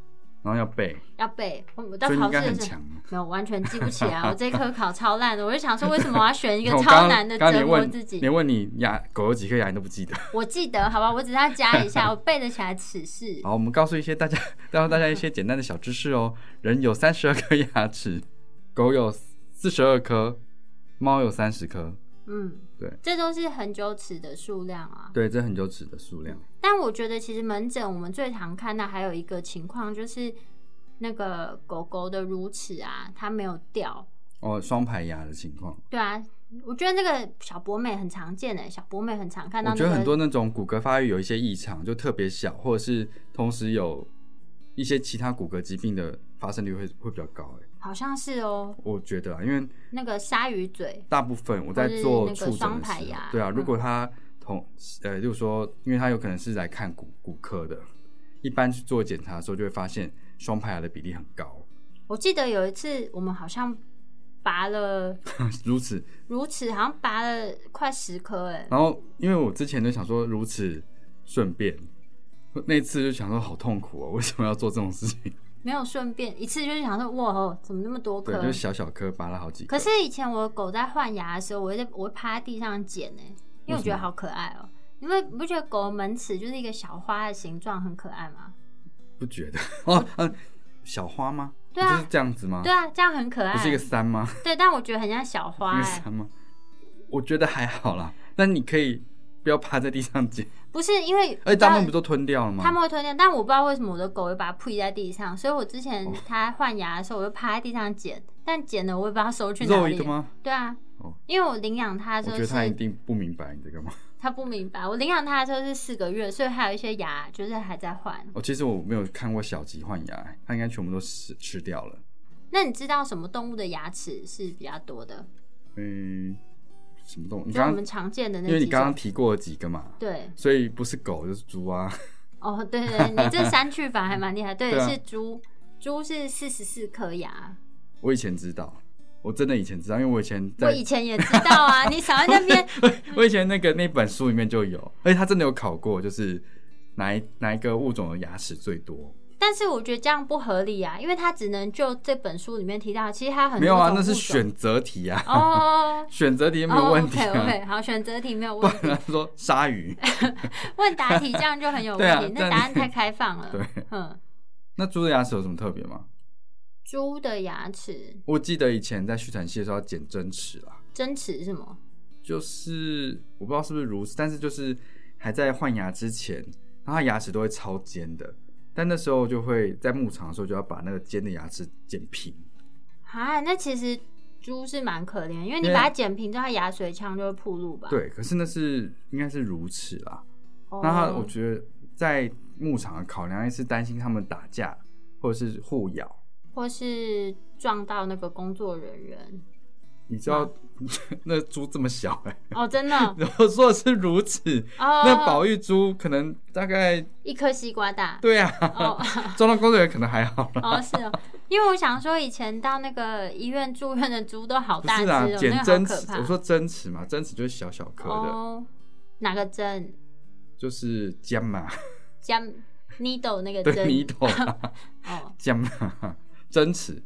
[SPEAKER 2] 然后要背，
[SPEAKER 1] 要背。我我到
[SPEAKER 2] 所以你应
[SPEAKER 1] 考
[SPEAKER 2] 该
[SPEAKER 1] 试
[SPEAKER 2] 很
[SPEAKER 1] 的时候
[SPEAKER 2] 强。。啊
[SPEAKER 1] 没有，完全记不起 来。我这科考超烂的，我就想说，为什么我要选一
[SPEAKER 2] 你
[SPEAKER 1] 个
[SPEAKER 2] 看我
[SPEAKER 1] 超
[SPEAKER 2] 刚
[SPEAKER 1] 难的
[SPEAKER 2] 刚
[SPEAKER 1] 折
[SPEAKER 2] 连
[SPEAKER 1] 磨
[SPEAKER 2] 问
[SPEAKER 1] 自己？
[SPEAKER 2] 连问你牙狗有几颗牙，你都不记得。
[SPEAKER 1] 我记得，好吧，我只是要加一下，我背得起来此 事。
[SPEAKER 2] 好，我们告诉一些大家，告诉大家一些简单的小知识哦。人有三十二颗牙齿，狗有四十二颗，猫有三十颗。
[SPEAKER 1] 嗯，
[SPEAKER 2] 对，
[SPEAKER 1] 这都是很久齿的数量啊。
[SPEAKER 2] 对，这很久齿的数量。
[SPEAKER 1] 但我觉得其实门诊我们最常看到还有一个情况就是，那个狗狗的乳齿啊，它没有掉。
[SPEAKER 2] 哦，双排牙的情况，
[SPEAKER 1] 对啊，我觉得那个小博美很常见诶、小博美很常看到、
[SPEAKER 2] 我
[SPEAKER 1] 那
[SPEAKER 2] 觉
[SPEAKER 1] 个。
[SPEAKER 2] 得很多那种骨骼发育有一些异常，就特别小，或者是同时有一些其他骨骼疾病的发生率会会比较高、欸。
[SPEAKER 1] 好像是哦，
[SPEAKER 2] 我觉得啊，因为
[SPEAKER 1] 那个鲨鱼嘴，
[SPEAKER 2] 大部分我在
[SPEAKER 1] 或是
[SPEAKER 2] 做
[SPEAKER 1] 那个
[SPEAKER 2] 触诊
[SPEAKER 1] 双
[SPEAKER 2] 的时
[SPEAKER 1] 排
[SPEAKER 2] 候
[SPEAKER 1] 牙，
[SPEAKER 2] 对啊，如
[SPEAKER 1] 嗯
[SPEAKER 2] 果他同呃，就是说，因为他有可能是来看骨骨科的，一般去做检查的时候就会发现双排牙的比例很高，
[SPEAKER 1] 我记得有一次我们好像拔了
[SPEAKER 2] 如此。
[SPEAKER 1] 乳齿，好像拔了快十颗哎、
[SPEAKER 2] 然后因为我之前就想说如此顺便，那一次就想说好痛苦哦，为什么要做这种事情？
[SPEAKER 1] 没有顺便一次就是想说哇哦，怎么那么多
[SPEAKER 2] 对，
[SPEAKER 1] 颗
[SPEAKER 2] 就？小小颗拔了好几颗。
[SPEAKER 1] 可是以前我的狗在换牙的时候，我会在我会趴在地上捡哎、因为我觉得好可爱哦、因为你不觉得狗的门齿就是一个小花的形状，很可爱吗？
[SPEAKER 2] 不觉得哦，嗯、小花吗？
[SPEAKER 1] 对啊
[SPEAKER 2] 就是这样子吗？
[SPEAKER 1] 对啊，这样很可爱。
[SPEAKER 2] 不是一个三吗？
[SPEAKER 1] 对，但我觉得很像小花、
[SPEAKER 2] 一个
[SPEAKER 1] 哎，
[SPEAKER 2] 三吗？我觉得还好啦，但你可以不要趴在地上捡，
[SPEAKER 1] 不是因为
[SPEAKER 2] 而且哎大部分
[SPEAKER 1] 你
[SPEAKER 2] 不
[SPEAKER 1] 知道
[SPEAKER 2] 都吞掉了吗？
[SPEAKER 1] 他们会吞掉，但我不知道为什么我的狗会把它扑在地上，所以我之
[SPEAKER 2] 哦
[SPEAKER 1] 前它换牙的时候，我就趴在地上捡，但捡了我也不知道收去哪
[SPEAKER 2] 肉
[SPEAKER 1] 里
[SPEAKER 2] 一的。吗？
[SPEAKER 1] 对啊
[SPEAKER 2] 哦，
[SPEAKER 1] 因为我领养它
[SPEAKER 2] 我
[SPEAKER 1] 的
[SPEAKER 2] 觉
[SPEAKER 1] 时候
[SPEAKER 2] 得他一
[SPEAKER 1] 是
[SPEAKER 2] 定不明白你在干嘛。
[SPEAKER 1] 它不明白，我领养它的时候是四个月，所以还有一些牙就是还在换。
[SPEAKER 2] 哦，其实我没有看过小吉换牙，他应该全部都吃吃掉了。
[SPEAKER 1] 那你知道什么动物的牙齿是比较多的？
[SPEAKER 2] 嗯，什么动物？你
[SPEAKER 1] 就我
[SPEAKER 2] 刚
[SPEAKER 1] 们
[SPEAKER 2] 刚
[SPEAKER 1] 常见的那
[SPEAKER 2] 因为
[SPEAKER 1] 几
[SPEAKER 2] 你刚刚
[SPEAKER 1] 种。
[SPEAKER 2] 提过了几个嘛，
[SPEAKER 1] 对，
[SPEAKER 2] 所以不是狗就是猪啊。
[SPEAKER 1] 哦，对对对，你这删去法还蛮厉害。对，
[SPEAKER 2] 对啊
[SPEAKER 1] 是猪，猪是四十四颗牙。
[SPEAKER 2] 我以前知道，我真的以前知道，因为我以前
[SPEAKER 1] 我
[SPEAKER 2] 在
[SPEAKER 1] 以前也知道 啊，你少在那边
[SPEAKER 2] 我以前那个那本书里面就有，而且他真的有考过，就是哪一哪一个物种的牙齿最多？
[SPEAKER 1] 但是我觉得这样不合理啊，因为他只能就这本书里面提到，其实他很多
[SPEAKER 2] 没有啊，
[SPEAKER 1] 种
[SPEAKER 2] 那是
[SPEAKER 1] 物种
[SPEAKER 2] 选择题啊，
[SPEAKER 1] 哦。
[SPEAKER 2] 选择 题没有问题
[SPEAKER 1] o k
[SPEAKER 2] 啊。
[SPEAKER 1] OK，好，选择题没有 问
[SPEAKER 2] 不
[SPEAKER 1] 题。
[SPEAKER 2] 然他说鲨鱼，
[SPEAKER 1] 问答题这样就很有
[SPEAKER 2] 对啊
[SPEAKER 1] 问题，那
[SPEAKER 2] 这样
[SPEAKER 1] 答案太开放了。
[SPEAKER 2] 对，
[SPEAKER 1] 嗯，
[SPEAKER 2] 那猪的牙齿有什么特别吗？
[SPEAKER 1] 猪的牙齿、
[SPEAKER 2] 我记得以前在续产系的时候要剪真齿啦，
[SPEAKER 1] 真齿是什么？
[SPEAKER 2] 就是我不知道是不是如此，但是就是还在换牙之前，然后它牙齿都会超尖的，但那时候就会在牧场的时候就要把那个尖的牙齿剪平，
[SPEAKER 1] 啊，那其实猪是蛮可怜，因为你
[SPEAKER 2] 对啊
[SPEAKER 1] 把它剪平之后，它牙髓腔就会暴露吧？，
[SPEAKER 2] 对，可是那是应该是乳齿啦，
[SPEAKER 1] 哦、
[SPEAKER 2] 那他我觉得在牧场的考量是担心他们打架或者是互咬，
[SPEAKER 1] 或是撞到那个工作人 员。
[SPEAKER 2] 你知道
[SPEAKER 1] 嗯
[SPEAKER 2] 那猪这么小 哎、
[SPEAKER 1] 哦，真的
[SPEAKER 2] 然后说的是如此，
[SPEAKER 1] 哦，
[SPEAKER 2] 那保育猪可能大概
[SPEAKER 1] 一颗西瓜大。
[SPEAKER 2] 对啊，
[SPEAKER 1] 哦
[SPEAKER 2] 撞到工作人员可能 还好啦。
[SPEAKER 1] 哦，是哦，因为我想说，以前到那个医院住院的猪都好
[SPEAKER 2] 不
[SPEAKER 1] 大
[SPEAKER 2] 是
[SPEAKER 1] 只
[SPEAKER 2] 啦
[SPEAKER 1] 哦，，那个
[SPEAKER 2] 剪
[SPEAKER 1] 好
[SPEAKER 2] 针
[SPEAKER 1] 可
[SPEAKER 2] 齿
[SPEAKER 1] 怕。，
[SPEAKER 2] 我说针齿嘛，针齿就是小小颗的，
[SPEAKER 1] 哦，哪个针？
[SPEAKER 2] 就是尖嘛，
[SPEAKER 1] 加 needle 那个
[SPEAKER 2] 对，
[SPEAKER 1] 针？
[SPEAKER 2] 泥头啦，
[SPEAKER 1] 哦，
[SPEAKER 2] 尖嘛， 针齿。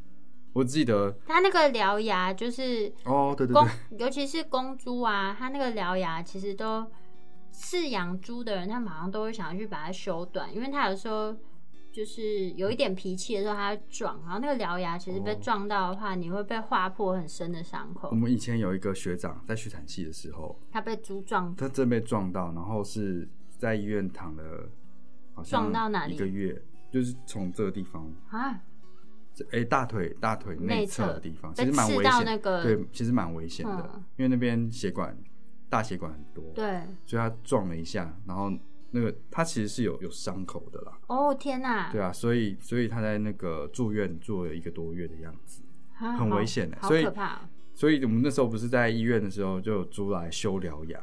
[SPEAKER 2] 我记得
[SPEAKER 1] 它那个獠牙就是
[SPEAKER 2] 哦，对对
[SPEAKER 1] 公
[SPEAKER 2] 对，，
[SPEAKER 1] 尤其是公猪啊，它那个獠牙其实都饲养猪的人，他马上都会想要去把它修短，因为它有时候。就是有一点脾气的时候，它会撞，然后那个獠牙其实被
[SPEAKER 2] 哦
[SPEAKER 1] 撞到的话，你会被划破很深的伤口
[SPEAKER 2] 我。们以前有一个学长在去产系的时候，
[SPEAKER 1] 它被猪撞
[SPEAKER 2] 他真被撞到，然后是在医院躺了，好像
[SPEAKER 1] 撞到哪里
[SPEAKER 2] 一个月，就是从这个地方，
[SPEAKER 1] 啊，
[SPEAKER 2] 这哎、大腿大腿内侧
[SPEAKER 1] 内
[SPEAKER 2] 的
[SPEAKER 1] 侧
[SPEAKER 2] 地方，
[SPEAKER 1] 被
[SPEAKER 2] 其实蛮危
[SPEAKER 1] 刺到
[SPEAKER 2] 险，
[SPEAKER 1] 那个
[SPEAKER 2] 对，其实蛮危险的，
[SPEAKER 1] 嗯
[SPEAKER 2] 因为那边血管大血管很多，，
[SPEAKER 1] 对，
[SPEAKER 2] 所以他撞了一下，然后那个他其实是有有伤口的啦，
[SPEAKER 1] 哦天呐，
[SPEAKER 2] 对啊，所以所以他在那个住院住了一个多月的样子，
[SPEAKER 1] 啊
[SPEAKER 2] 很
[SPEAKER 1] 好
[SPEAKER 2] 危险的
[SPEAKER 1] 好
[SPEAKER 2] 所以
[SPEAKER 1] 可怕哦。
[SPEAKER 2] 所以我们那时候不是在医院的时候就有租来修疗牙，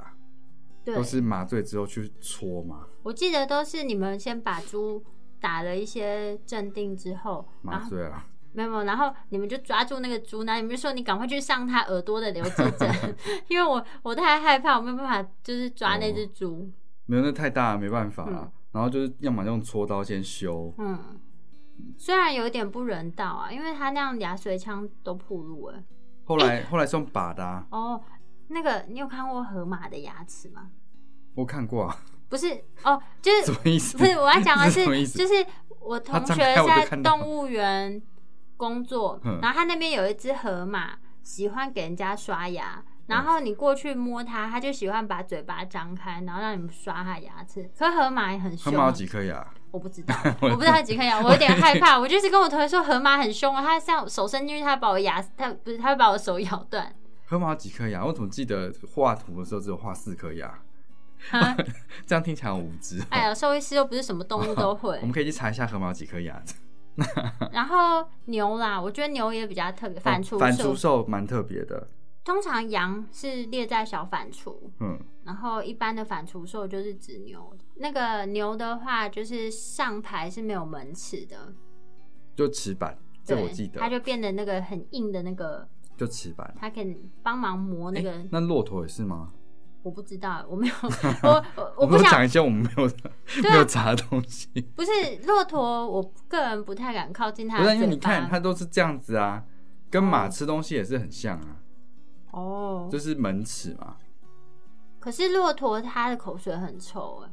[SPEAKER 1] 对
[SPEAKER 2] 都，是麻醉之后去搓嘛，
[SPEAKER 1] 我记得都是你们先把猪打了一些镇定之后，然
[SPEAKER 2] 麻
[SPEAKER 1] 后
[SPEAKER 2] 醉啊。
[SPEAKER 1] 没有没有，然后你们就抓住那个猪，然后你们就说你赶快去上它耳朵的留置针， 因为我我太害怕，我没有办法就是抓那只猪。
[SPEAKER 2] 没有，那太大了，没办法啦。
[SPEAKER 1] 嗯
[SPEAKER 2] 然后就是要么用戳刀先修，
[SPEAKER 1] 嗯，虽然有一点不人道啊，因为它那样牙髓腔都暴露了。
[SPEAKER 2] 后来、后来是用把的、啊，
[SPEAKER 1] 哦，那个你有看过河马的牙齿吗？
[SPEAKER 2] 我看过啊，
[SPEAKER 1] 不是哦，就是
[SPEAKER 2] 什么意思？
[SPEAKER 1] 不是，我要讲的
[SPEAKER 2] 这
[SPEAKER 1] 是
[SPEAKER 2] 什么意，思
[SPEAKER 1] 就是我同
[SPEAKER 2] 他
[SPEAKER 1] 学
[SPEAKER 2] 张开我就
[SPEAKER 1] 在
[SPEAKER 2] 看到
[SPEAKER 1] 动物园工作
[SPEAKER 2] 嗯，
[SPEAKER 1] 然后他那边有一只河马，喜欢给人家刷牙。
[SPEAKER 2] 嗯
[SPEAKER 1] 然后你过去摸它，它就喜欢把嘴巴张开，然后让你们刷它牙齿。可河马也很
[SPEAKER 2] 河
[SPEAKER 1] 凶
[SPEAKER 2] 马
[SPEAKER 1] 啊，
[SPEAKER 2] 有几颗牙？
[SPEAKER 1] 我不 知道，我不知道它几颗牙，我有点害怕。我就是跟我同学说河马很凶啊，它像手伸进去，它把我牙，它不是，它会把我手咬断。
[SPEAKER 2] 哦河马有几颗牙？我怎么记得画图的时候只有画四颗牙？
[SPEAKER 1] 啊，
[SPEAKER 2] 这样听起来很无知哦。
[SPEAKER 1] 哎呀，兽医师又不是什么动物都会
[SPEAKER 2] 我。们可以去查一下河马有几颗牙。
[SPEAKER 1] 然后牛啦，我觉得牛也比较特别， 反刍
[SPEAKER 2] 哦反
[SPEAKER 1] 兽
[SPEAKER 2] 刍兽蛮特别的，
[SPEAKER 1] 通常羊是列在小反刍，
[SPEAKER 2] 嗯，
[SPEAKER 1] 然后一般的反刍兽就是指牛。那个牛的话，就是上排是没有门齿的，
[SPEAKER 2] 就齿板，这
[SPEAKER 1] 对，
[SPEAKER 2] 我记得
[SPEAKER 1] 它，就变得那个很硬的那个，
[SPEAKER 2] 就齿板。
[SPEAKER 1] 它可以帮忙磨那个。
[SPEAKER 2] 那骆驼也是吗？
[SPEAKER 1] 我不知道，我没 有，我我我
[SPEAKER 2] 们
[SPEAKER 1] 不
[SPEAKER 2] 有
[SPEAKER 1] 想
[SPEAKER 2] 讲一些我们没有、
[SPEAKER 1] 啊
[SPEAKER 2] 没有查的东西，
[SPEAKER 1] 不是骆驼，我个人不太敢靠近它
[SPEAKER 2] 不是
[SPEAKER 1] 的
[SPEAKER 2] 因为你
[SPEAKER 1] 嘴
[SPEAKER 2] 看它
[SPEAKER 1] 巴。
[SPEAKER 2] 都是这样子啊，跟马吃东西也是很像啊，
[SPEAKER 1] 哦，
[SPEAKER 2] 就是门齿嘛。
[SPEAKER 1] 可是骆驼它的口水很臭哎，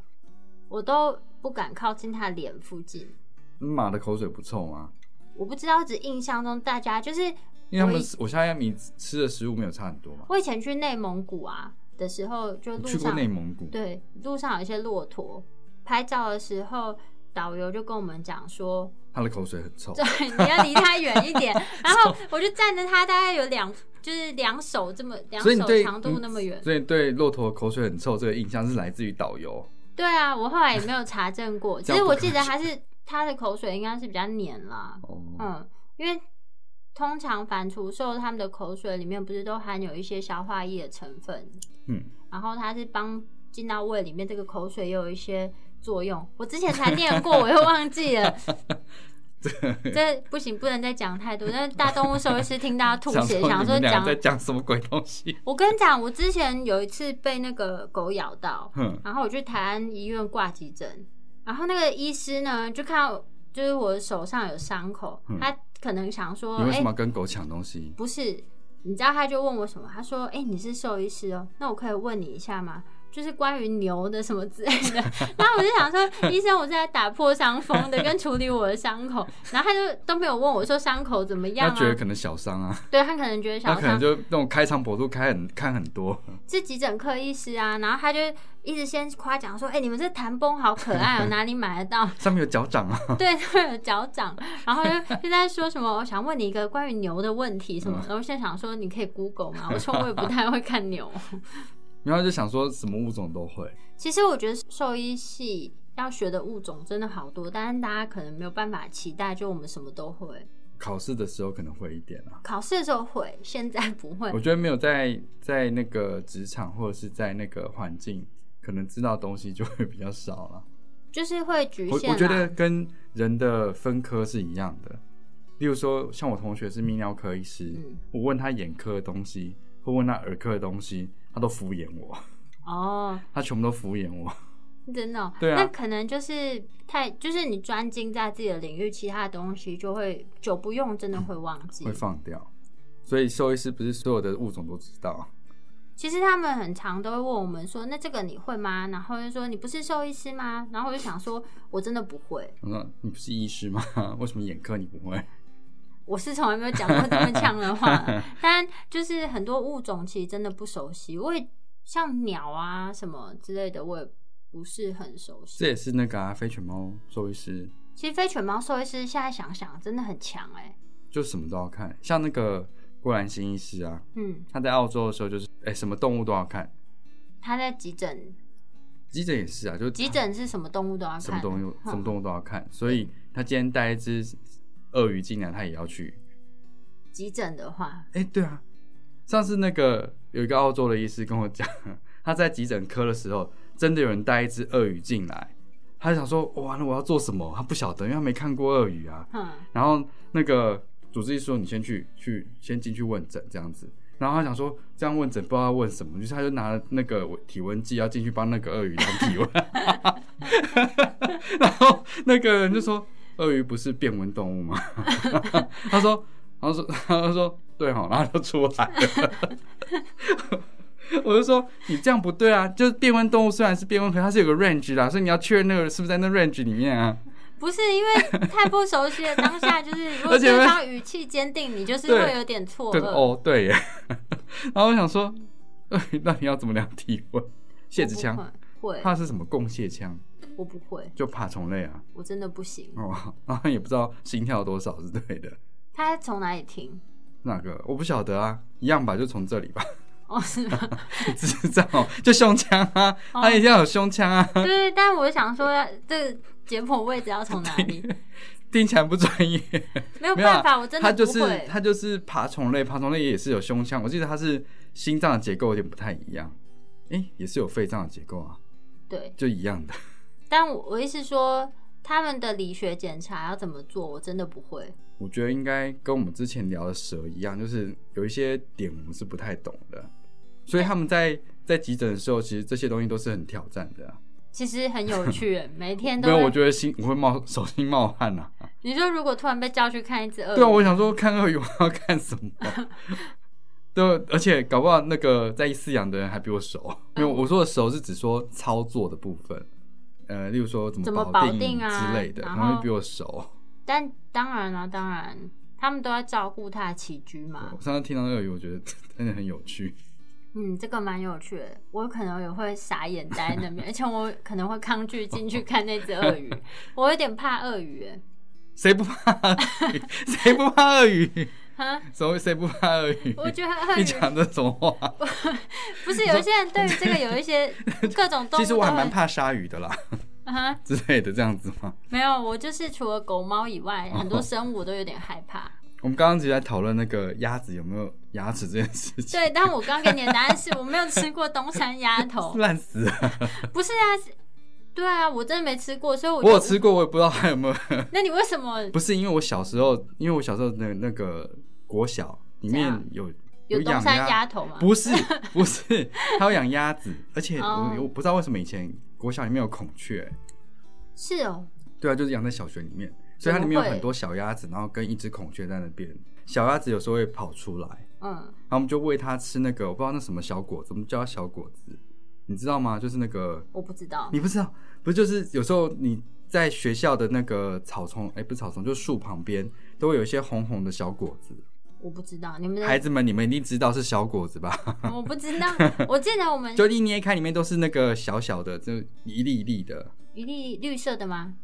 [SPEAKER 1] 我都不敢靠近它脸附近。
[SPEAKER 2] 马的口水不臭吗？
[SPEAKER 1] 我不知道，只印象中大家就是
[SPEAKER 2] 因为他
[SPEAKER 1] 我
[SPEAKER 2] 们
[SPEAKER 1] 以
[SPEAKER 2] 我现在米吃的食物没有差很多嘛。
[SPEAKER 1] 我以前去内蒙古啊的时候，就
[SPEAKER 2] 我
[SPEAKER 1] 路
[SPEAKER 2] 去过
[SPEAKER 1] 上
[SPEAKER 2] 内蒙古，
[SPEAKER 1] 对路上有一些骆驼，拍照的时候导游就跟我们讲说，
[SPEAKER 2] 它的口水很臭
[SPEAKER 1] 对，，你要离它远一 点。然后我就站着它，大概有两就是两手这么两
[SPEAKER 2] 所以你
[SPEAKER 1] 手
[SPEAKER 2] 对
[SPEAKER 1] 长度那么远
[SPEAKER 2] 嗯。所以对骆驼口水很臭这个印象是来自于导游。
[SPEAKER 1] 对啊，我后来也没有查证 过，
[SPEAKER 2] 这
[SPEAKER 1] 其
[SPEAKER 2] 样
[SPEAKER 1] 实
[SPEAKER 2] 不
[SPEAKER 1] 我
[SPEAKER 2] 科
[SPEAKER 1] 记得它是它的口水应该是比较黏啦，
[SPEAKER 2] 哦，
[SPEAKER 1] 嗯，因为。通常反刍兽它们的口水里面不是都含有一些消化液的成分，
[SPEAKER 2] 嗯，
[SPEAKER 1] 然后它是帮进到胃里面，这个口水也有一些作用。我之前才念过，我又忘记 了。这不行，不能再讲太多。但是大动物兽医师听到吐 血，想
[SPEAKER 2] 你
[SPEAKER 1] 说
[SPEAKER 2] 们俩
[SPEAKER 1] 讲。
[SPEAKER 2] 在讲什么鬼东西？
[SPEAKER 1] 我跟你讲，我之前有一次被那个狗咬到，
[SPEAKER 2] 哼，
[SPEAKER 1] 然后我去台安医院挂急诊，然后那个医师呢就看到就是我手上有伤口，
[SPEAKER 2] 嗯
[SPEAKER 1] 他可能想说，
[SPEAKER 2] 你为
[SPEAKER 1] 哎、
[SPEAKER 2] 什么要跟狗抢东西？
[SPEAKER 1] 不是，你知道他就问我什么？他说：“哎、你是兽医师哦，那我可以问你一下吗？就是关于牛的什么之类的。” 然后我就想说，医生，我是来打破伤风的，跟处理我的伤口。然后他就都没有问我说伤口怎么样
[SPEAKER 2] 他
[SPEAKER 1] 啊
[SPEAKER 2] 觉？得可能小伤啊，
[SPEAKER 1] 对他可能觉得
[SPEAKER 2] 他
[SPEAKER 1] 小
[SPEAKER 2] 可能
[SPEAKER 1] 伤，
[SPEAKER 2] 就那种开肠破肚开很看很多，
[SPEAKER 1] 是急诊科医师啊。然后他就一直先夸奖说：“哎、你们这弹绷好可爱哦，哪里买得到？”
[SPEAKER 2] 上面有脚掌啊，
[SPEAKER 1] 对，他们有脚掌，然后就就在说什么，我想问你一个关于牛的问题
[SPEAKER 2] 嗯
[SPEAKER 1] 什么，然后现在想说你可以 Google 吗？我说我也不太会看牛。
[SPEAKER 2] 然后就想说什么物种都会，
[SPEAKER 1] 其实我觉得兽医系要学的物种真的好多，但是大家可能没有办法期待，就我们什么都会。
[SPEAKER 2] 考试的时候可能会一点啊。
[SPEAKER 1] 考试的时候会，现在不会
[SPEAKER 2] 我。觉得没有在在那个职场或者是在那个环境，可能知道的东西就会比较少了。
[SPEAKER 1] 就是会局
[SPEAKER 2] 我
[SPEAKER 1] 限啦啊
[SPEAKER 2] 我觉得跟人的分科是一样的，例如说像我同学是泌尿科医师，
[SPEAKER 1] 嗯
[SPEAKER 2] 我问他眼科的东西，或问他耳科的东西，他都敷衍我，
[SPEAKER 1] 哦，
[SPEAKER 2] 他全部都敷衍我。
[SPEAKER 1] 真的哦、
[SPEAKER 2] 对啊
[SPEAKER 1] 那可能就是太，就是你专精在自己的领域，其他的东西就会久不用，真的会忘记。
[SPEAKER 2] 会放掉。所以兽医师不是所有的物种都知道，
[SPEAKER 1] 其实他们很常都会问我们说：“那这个你会吗？”然后就说：“你不是兽医师吗？”然后我就想说：“我真的不会，
[SPEAKER 2] 我说你不是医师吗？ 为什么眼科你不会？
[SPEAKER 1] 我是从来没有讲过这么呛 的话。”但就是很多物种其实真的不熟悉，我也像鸟啊什么之类的，我也不是很熟
[SPEAKER 2] 这
[SPEAKER 1] 悉。
[SPEAKER 2] 也是那个啊，非犬猫兽医师
[SPEAKER 1] 其实非犬猫兽医师现在想想真的很强哎、
[SPEAKER 2] 就什么都要看，像那个郭兰心医师啊，
[SPEAKER 1] 嗯，
[SPEAKER 2] 他在澳洲的时候就是哎、什么动物都要看，
[SPEAKER 1] 他在急诊，
[SPEAKER 2] 急诊也是啊，就
[SPEAKER 1] 急诊是什么动物都要看，
[SPEAKER 2] 什么动物
[SPEAKER 1] 嗯
[SPEAKER 2] 什么动物都要看，所以他今天带一只鳄鱼进来，他也要去。
[SPEAKER 1] 急诊的话，
[SPEAKER 2] 哎、对啊，上次那个有一个澳洲的医师跟我讲， 他在急诊科的时候，真的有人带一只鳄鱼进来，他就想说，完了我要做什么？他不晓得，因为他没看过鳄鱼啊。
[SPEAKER 1] 嗯，
[SPEAKER 2] 然后那个主治医师说，你先去去先进去问诊这样子。然后他想说，这样问诊不知道要问什么，于是他就拿了那个体温计要进去帮那个鳄鱼量体温， 然后那个人就说，鳄鱼不是变温动物吗？ 他说，然后说，然后说对哈、然后就出来了。我就说你这样不对啊，就是变温动物虽然是变温，可是它是有个 range 啦，所以你要确认那个是不是在那 range 里面啊。
[SPEAKER 1] 不是因为太不熟悉了，当下就是如果
[SPEAKER 2] 而且
[SPEAKER 1] 对
[SPEAKER 2] 会
[SPEAKER 1] 方语气坚定，你就是
[SPEAKER 2] 对
[SPEAKER 1] 会有点错
[SPEAKER 2] 对
[SPEAKER 1] 愕。
[SPEAKER 2] 哦，对耶。 然后我想说，鳄鱼到底要怎么量体温？
[SPEAKER 1] 我
[SPEAKER 2] 蟹子
[SPEAKER 1] 不
[SPEAKER 2] 腔，
[SPEAKER 1] 会，
[SPEAKER 2] 怕是什么共蟹腔，
[SPEAKER 1] 我不会，
[SPEAKER 2] 就爬虫类啊。
[SPEAKER 1] 我真的不行。
[SPEAKER 2] 哦，然后也不知道心跳多少是对的，
[SPEAKER 1] 他从哪里听？
[SPEAKER 2] 那个我不晓得啊，一样吧，就从这里吧。
[SPEAKER 1] 哦，是吗？
[SPEAKER 2] 智障哦，就胸腔啊，
[SPEAKER 1] 哦
[SPEAKER 2] 他一定要有胸腔啊，
[SPEAKER 1] 对对，但我想说要，这个解剖位置要从哪里？
[SPEAKER 2] 听起来不专业。
[SPEAKER 1] 没有
[SPEAKER 2] 没有啊
[SPEAKER 1] 办法，我真的
[SPEAKER 2] 它就
[SPEAKER 1] 不
[SPEAKER 2] 是
[SPEAKER 1] 会。
[SPEAKER 2] 它就是爬虫类，爬虫类也是有胸腔，我记得它是心脏的结构有点不太一样，诶，也是有肺脏的结构啊，
[SPEAKER 1] 对，
[SPEAKER 2] 就一样的。
[SPEAKER 1] 但我我意思说，他们的理学检查要怎么做，我真的不会。
[SPEAKER 2] 我觉得应该跟我们之前聊的蛇一样，就是有一些点我们是不太懂的，所以他们在在急诊的时候，其实这些东西都是很挑战的、啊。
[SPEAKER 1] 其实很有 趣，每天
[SPEAKER 2] 没有，
[SPEAKER 1] 都
[SPEAKER 2] 我
[SPEAKER 1] 会。
[SPEAKER 2] 觉得心我会冒手心冒汗 呐、啊。
[SPEAKER 1] 你说如果突然被叫去看一只鳄鱼，
[SPEAKER 2] 对啊，我想说看鳄鱼我要看什么？啊 对，而且搞不好那个在饲养的人还比我熟。没有，我说的熟是指说操作的部分，呃，例如说怎
[SPEAKER 1] 怎
[SPEAKER 2] 么
[SPEAKER 1] 么
[SPEAKER 2] 保
[SPEAKER 1] 保定啊
[SPEAKER 2] 之类的，
[SPEAKER 1] 然
[SPEAKER 2] 他们
[SPEAKER 1] 后
[SPEAKER 2] 比我熟。
[SPEAKER 1] 但当然啦、当然，他们都要照顾它的起居嘛
[SPEAKER 2] 我。上次听到鳄鱼，我觉得真的很有趣。
[SPEAKER 1] 嗯，这个蛮有趣的，我可能也会傻眼待在那 边，而且我可能会抗拒进去看那只鳄鱼，我有点怕鳄鱼耶。
[SPEAKER 2] 谁不怕鳄鱼？谁不怕鳄鱼？
[SPEAKER 1] 哈，
[SPEAKER 2] 谁谁不怕鳄鱼？
[SPEAKER 1] 我觉得鳄
[SPEAKER 2] 你
[SPEAKER 1] 鱼
[SPEAKER 2] 讲这种话，
[SPEAKER 1] 不是有一些人对于这个有一 些各种动物
[SPEAKER 2] 其实我还
[SPEAKER 1] 都会
[SPEAKER 2] 蛮怕鲨鱼的啦，
[SPEAKER 1] 啊哈，
[SPEAKER 2] 之类的这样子嘛。
[SPEAKER 1] 没有，我就是除了狗猫以外，
[SPEAKER 2] 哦
[SPEAKER 1] 很多生物我都有点害怕。
[SPEAKER 2] 我们刚刚一直在讨论那个鸭子有没有牙齿这件事情，
[SPEAKER 1] 对，但我刚给你的答案是我没有吃过东山鸭 头，
[SPEAKER 2] 烂死了。
[SPEAKER 1] 不是啊，是对啊，我真的没吃过，所以我
[SPEAKER 2] 我
[SPEAKER 1] 就
[SPEAKER 2] 有吃过，我也不知道它有没有。
[SPEAKER 1] 那你为什么
[SPEAKER 2] 不是因为我小时候，因为我小时候那那个国小里
[SPEAKER 1] 怎
[SPEAKER 2] 面
[SPEAKER 1] 样啊
[SPEAKER 2] 有
[SPEAKER 1] 有东
[SPEAKER 2] 养
[SPEAKER 1] 山
[SPEAKER 2] 鸭，
[SPEAKER 1] 鸭头嘛？
[SPEAKER 2] 不是不是，还有养鸭子，而且
[SPEAKER 1] 哦
[SPEAKER 2] 我我不知道为什么以前国小里面有孔雀，
[SPEAKER 1] 是哦，
[SPEAKER 2] 对啊，就是养在小学里面，所以它
[SPEAKER 1] 怎么
[SPEAKER 2] 里面有
[SPEAKER 1] 会
[SPEAKER 2] 很多小鸭子，然后跟一只孔雀在那边，小鸭子有时候会跑出来，
[SPEAKER 1] 嗯，
[SPEAKER 2] 然后我们就喂它吃那个我不知道那什么小果子，我们叫它小果子，你知道吗？就是那个
[SPEAKER 1] 我不知道，
[SPEAKER 2] 你不知道，不就是有时候你在学校的那个草丛，哎、不是草丛，就是树旁边都会有一些红红的小果子。
[SPEAKER 1] 我不知道，你们
[SPEAKER 2] 孩
[SPEAKER 1] 的
[SPEAKER 2] 子们，你们一定知道是小果子吧？
[SPEAKER 1] 我不知道，我记得我们
[SPEAKER 2] 就一捏开，里面都是那个小小的，就一粒一粒的，
[SPEAKER 1] 一粒绿色的吗？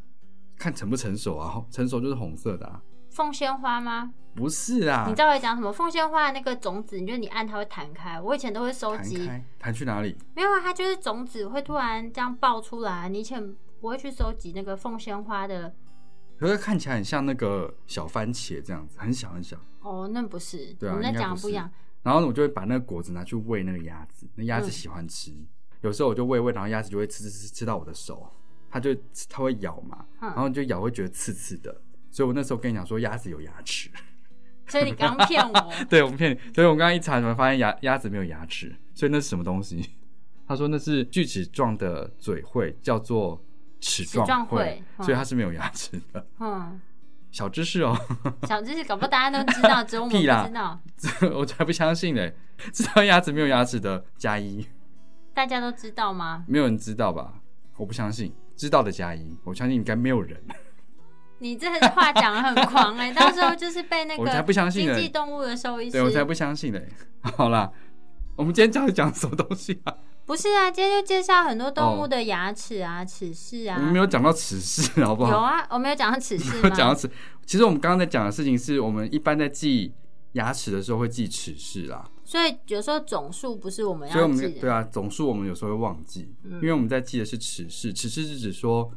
[SPEAKER 2] 看成不成熟啊？成熟就是红色的、啊，
[SPEAKER 1] 凤仙花吗？
[SPEAKER 2] 不是啊？
[SPEAKER 1] 你知道我在讲什么？凤仙花的那个种子，你觉得你按它会弹开？我以前都会收
[SPEAKER 2] 弹
[SPEAKER 1] 集，
[SPEAKER 2] 开弹去哪里？
[SPEAKER 1] 没有啊，它就是种子会突然这样爆出来。你以前不会去收集那个凤仙花的
[SPEAKER 2] 可是看起来很像那个小番茄这样子，很小很小。
[SPEAKER 1] 哦，那不是，
[SPEAKER 2] 对
[SPEAKER 1] 我
[SPEAKER 2] 啊
[SPEAKER 1] 们在
[SPEAKER 2] 应该
[SPEAKER 1] 讲
[SPEAKER 2] 不
[SPEAKER 1] 的不一
[SPEAKER 2] 是
[SPEAKER 1] 样。
[SPEAKER 2] 然后我就会把那个果子拿去喂那个鸭子，那鸭子
[SPEAKER 1] 嗯
[SPEAKER 2] 喜欢吃。有时候我就喂喂，然后鸭子就会吃吃吃吃到我的手，它就它会咬嘛，
[SPEAKER 1] 嗯
[SPEAKER 2] 然后就咬会觉得刺刺的。所以我那时候跟你讲说鸭子有牙齿，
[SPEAKER 1] 所以你刚骗我，
[SPEAKER 2] 对我骗你。所以我刚刚一查，怎么发现鸭鸭子没有牙齿？所以那是什么东西？ 他说那是锯齿状的嘴喙，叫做齿状
[SPEAKER 1] 齿状
[SPEAKER 2] 喙，
[SPEAKER 1] 喙嗯
[SPEAKER 2] 所以它是没有牙齿的。
[SPEAKER 1] 嗯，
[SPEAKER 2] 小知识哦，
[SPEAKER 1] 小知识搞不好大家都知道，只有我们
[SPEAKER 2] 屁啦
[SPEAKER 1] 不知道，
[SPEAKER 2] 这 我才不相信嘞！知道鸭子没有牙齿的加一。
[SPEAKER 1] 大家都知道吗？
[SPEAKER 2] 没有人知道吧？我不相信，知道的加一，我相信应该没有人。
[SPEAKER 1] 你这话讲的很狂 哎、到时候就是被那
[SPEAKER 2] 我才
[SPEAKER 1] 个
[SPEAKER 2] 不相信
[SPEAKER 1] 经
[SPEAKER 2] 呢
[SPEAKER 1] 济动物的兽医师
[SPEAKER 2] 对，我才不相信嘞。好啦，我们今天到底讲什么东西啊？
[SPEAKER 1] 不是啊，今天就介绍很多动物的牙齿啊、齿式啊
[SPEAKER 2] 哦我，们没有讲到齿式，好不
[SPEAKER 1] 有
[SPEAKER 2] 好？
[SPEAKER 1] 啊，我没有讲到齿式
[SPEAKER 2] 没有
[SPEAKER 1] 吗？
[SPEAKER 2] 讲到齿，其实我们刚刚在讲的事情是我们一般在记牙齿的时候会记齿式啦，
[SPEAKER 1] 所以有时候总数不是我们
[SPEAKER 2] 所以我
[SPEAKER 1] 要记
[SPEAKER 2] 们对
[SPEAKER 1] 的，
[SPEAKER 2] 啊，总数我们有时候会忘记，
[SPEAKER 1] 嗯
[SPEAKER 2] 因为我们在记的是齿式，齿式是指说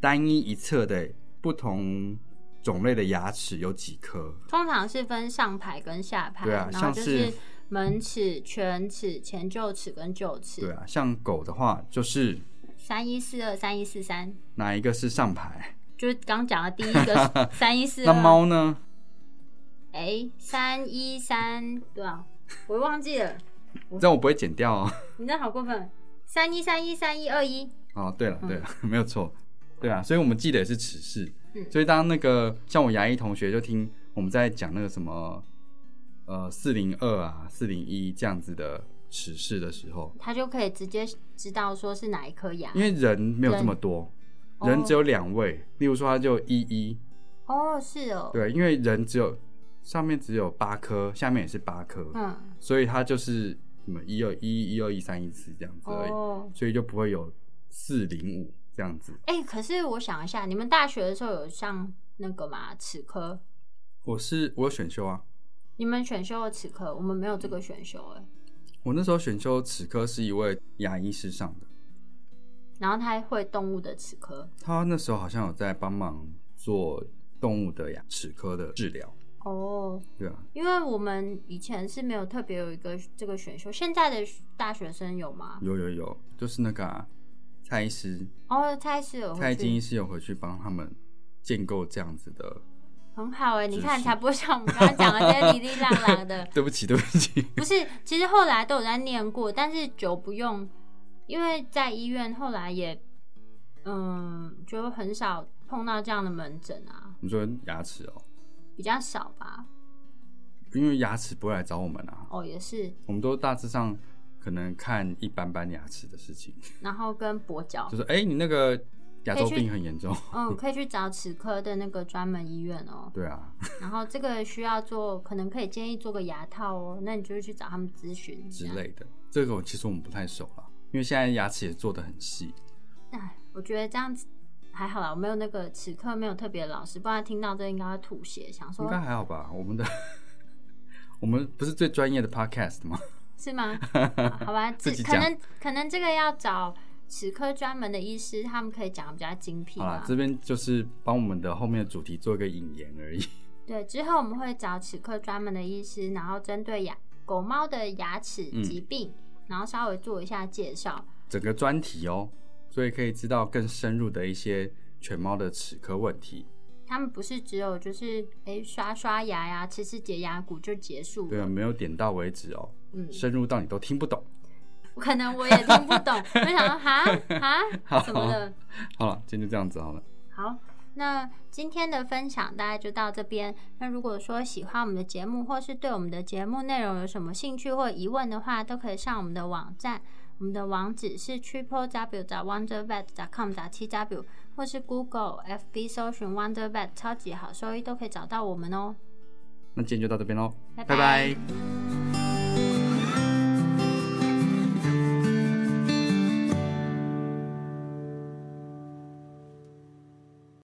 [SPEAKER 2] 单一一侧的不同种类的牙齿有几颗，
[SPEAKER 1] 通常是分上排跟下排，
[SPEAKER 2] 对啊
[SPEAKER 1] 然后就
[SPEAKER 2] 像
[SPEAKER 1] 是
[SPEAKER 2] 是
[SPEAKER 1] 门齿、犬齿、前臼齿跟臼
[SPEAKER 2] 对
[SPEAKER 1] 齿，
[SPEAKER 2] 啊，像狗的话就是
[SPEAKER 1] 三一四二、三一四三，
[SPEAKER 2] 哪一个是上排？
[SPEAKER 1] 就是刚讲的第一 个三一四
[SPEAKER 2] 那
[SPEAKER 1] 二。
[SPEAKER 2] 猫呢？
[SPEAKER 1] 哎，三一三对啊，我忘记了，
[SPEAKER 2] 这样我不会剪 掉哦。
[SPEAKER 1] 你这好过分，三一三一三一二一，
[SPEAKER 2] 哦，对了
[SPEAKER 1] 嗯
[SPEAKER 2] 对了， 没有错，对啊，所以我们记得也是齿式。
[SPEAKER 1] 嗯
[SPEAKER 2] 所以当那个像我牙医同学就听我们在讲那个什么呃四零二啊四零一这样子的齿式的时候，
[SPEAKER 1] 他就可以直接知道说是哪一颗牙
[SPEAKER 2] 因。为人没有这么多，
[SPEAKER 1] 人
[SPEAKER 2] 人
[SPEAKER 1] 哦
[SPEAKER 2] 只有两位，例如说他就一一
[SPEAKER 1] 哦，是哦，
[SPEAKER 2] 对，因为人只有上面只有八颗，下面也是八颗，
[SPEAKER 1] 嗯，
[SPEAKER 2] 所以它就是什么一二一一二一三一四这样子而已，
[SPEAKER 1] 哦，
[SPEAKER 2] 所以就不会有四零五这样子。
[SPEAKER 1] 哎，可是我想一下，你们大学的时候有上那个嘛齿科？
[SPEAKER 2] 我是我有选修啊，
[SPEAKER 1] 你们选修了齿科，我们没有这个选修哎、
[SPEAKER 2] 我那时候选修齿科是一位牙医师上的，
[SPEAKER 1] 然后他会动物的齿科
[SPEAKER 2] 他那时候好像有在帮忙做动物的牙齿科的治疗，
[SPEAKER 1] 哦。
[SPEAKER 2] 对啊，
[SPEAKER 1] 因为我们以前是没有特别有一个这个选修，现在的大学生有吗？
[SPEAKER 2] 有有有，就是那个、啊、蔡医师、
[SPEAKER 1] 哦，蔡师有
[SPEAKER 2] 蔡
[SPEAKER 1] 回
[SPEAKER 2] 金医
[SPEAKER 1] 去，
[SPEAKER 2] 师有回去帮他们建构这样子的。
[SPEAKER 1] 很好哎、你看
[SPEAKER 2] 知识
[SPEAKER 1] 才不会像我们刚刚讲的这些哩哩浪浪的，
[SPEAKER 2] 对不起，对不起，
[SPEAKER 1] 不是，其实后来都有在念过，但是久不用，因为在医院后来也，嗯，就很少碰到这样的门诊啊，
[SPEAKER 2] 你说牙齿哦，
[SPEAKER 1] 比较少吧。
[SPEAKER 2] 因为牙齿不会来找我们啊，
[SPEAKER 1] 哦，也是，
[SPEAKER 2] 我们都大致上可能看一般般牙齿的事情，
[SPEAKER 1] 然后跟跛脚
[SPEAKER 2] 就，是哎、诶你那个牙周病很 严重，
[SPEAKER 1] 嗯，可以去找齿科的那个专门医院哦。
[SPEAKER 2] 对啊
[SPEAKER 1] 然后这个需要做，可能可以建议做个牙套哦，那你就去找他们咨询
[SPEAKER 2] 之
[SPEAKER 1] 这样。
[SPEAKER 2] 类的，这个我其实我们不太熟了，因为现在牙齿也做的很细，
[SPEAKER 1] 哎，我觉得这样子还好啦，我没有那个齿科没有特别的老师，不然听到这应该会吐血，想
[SPEAKER 2] 应
[SPEAKER 1] 说
[SPEAKER 2] 该还好吧？我们的 我们不是最专业的 podcast 吗？
[SPEAKER 1] 是 吗？啊好吧，
[SPEAKER 2] 自
[SPEAKER 1] 这
[SPEAKER 2] 己
[SPEAKER 1] 可
[SPEAKER 2] 讲
[SPEAKER 1] 能可能这个要找齿科专门的医师，他们可以讲的比较精辟
[SPEAKER 2] 好啦
[SPEAKER 1] 吧，。
[SPEAKER 2] 这边就是帮我们的后面的主题做一个引言而已。
[SPEAKER 1] 对，之后我们会找齿科专门的医师，然后针对牙狗猫的牙齿
[SPEAKER 2] 嗯
[SPEAKER 1] 疾病，然后稍微做一下介绍。
[SPEAKER 2] 整个专题哦，所以可以知道更深入的一些犬猫的齿科问题。
[SPEAKER 1] 他们不是只有就是诶刷刷牙呀、吃吃解牙骨就结束
[SPEAKER 2] 对啊，
[SPEAKER 1] 了。
[SPEAKER 2] 没有点到为止哦，
[SPEAKER 1] 嗯，
[SPEAKER 2] 深入到你都听不懂。
[SPEAKER 1] 可能我也听不 懂，我想说哈哈
[SPEAKER 2] 好
[SPEAKER 1] 什么的。
[SPEAKER 2] 好了，今天就这样子好了，
[SPEAKER 1] 好，那今天的分享大概就到这边。那如果说喜欢我们的节目，或是对我们的节目内容有什么兴趣或疑问的话，都可以上我们的网站。我们的网址是 triple w wonder vet com t w，或是 Google FB 搜寻 Wonder Vet 超级好收益都可以找到我们哦。
[SPEAKER 2] 那今天就到这边喽，
[SPEAKER 1] 拜拜
[SPEAKER 2] 拜拜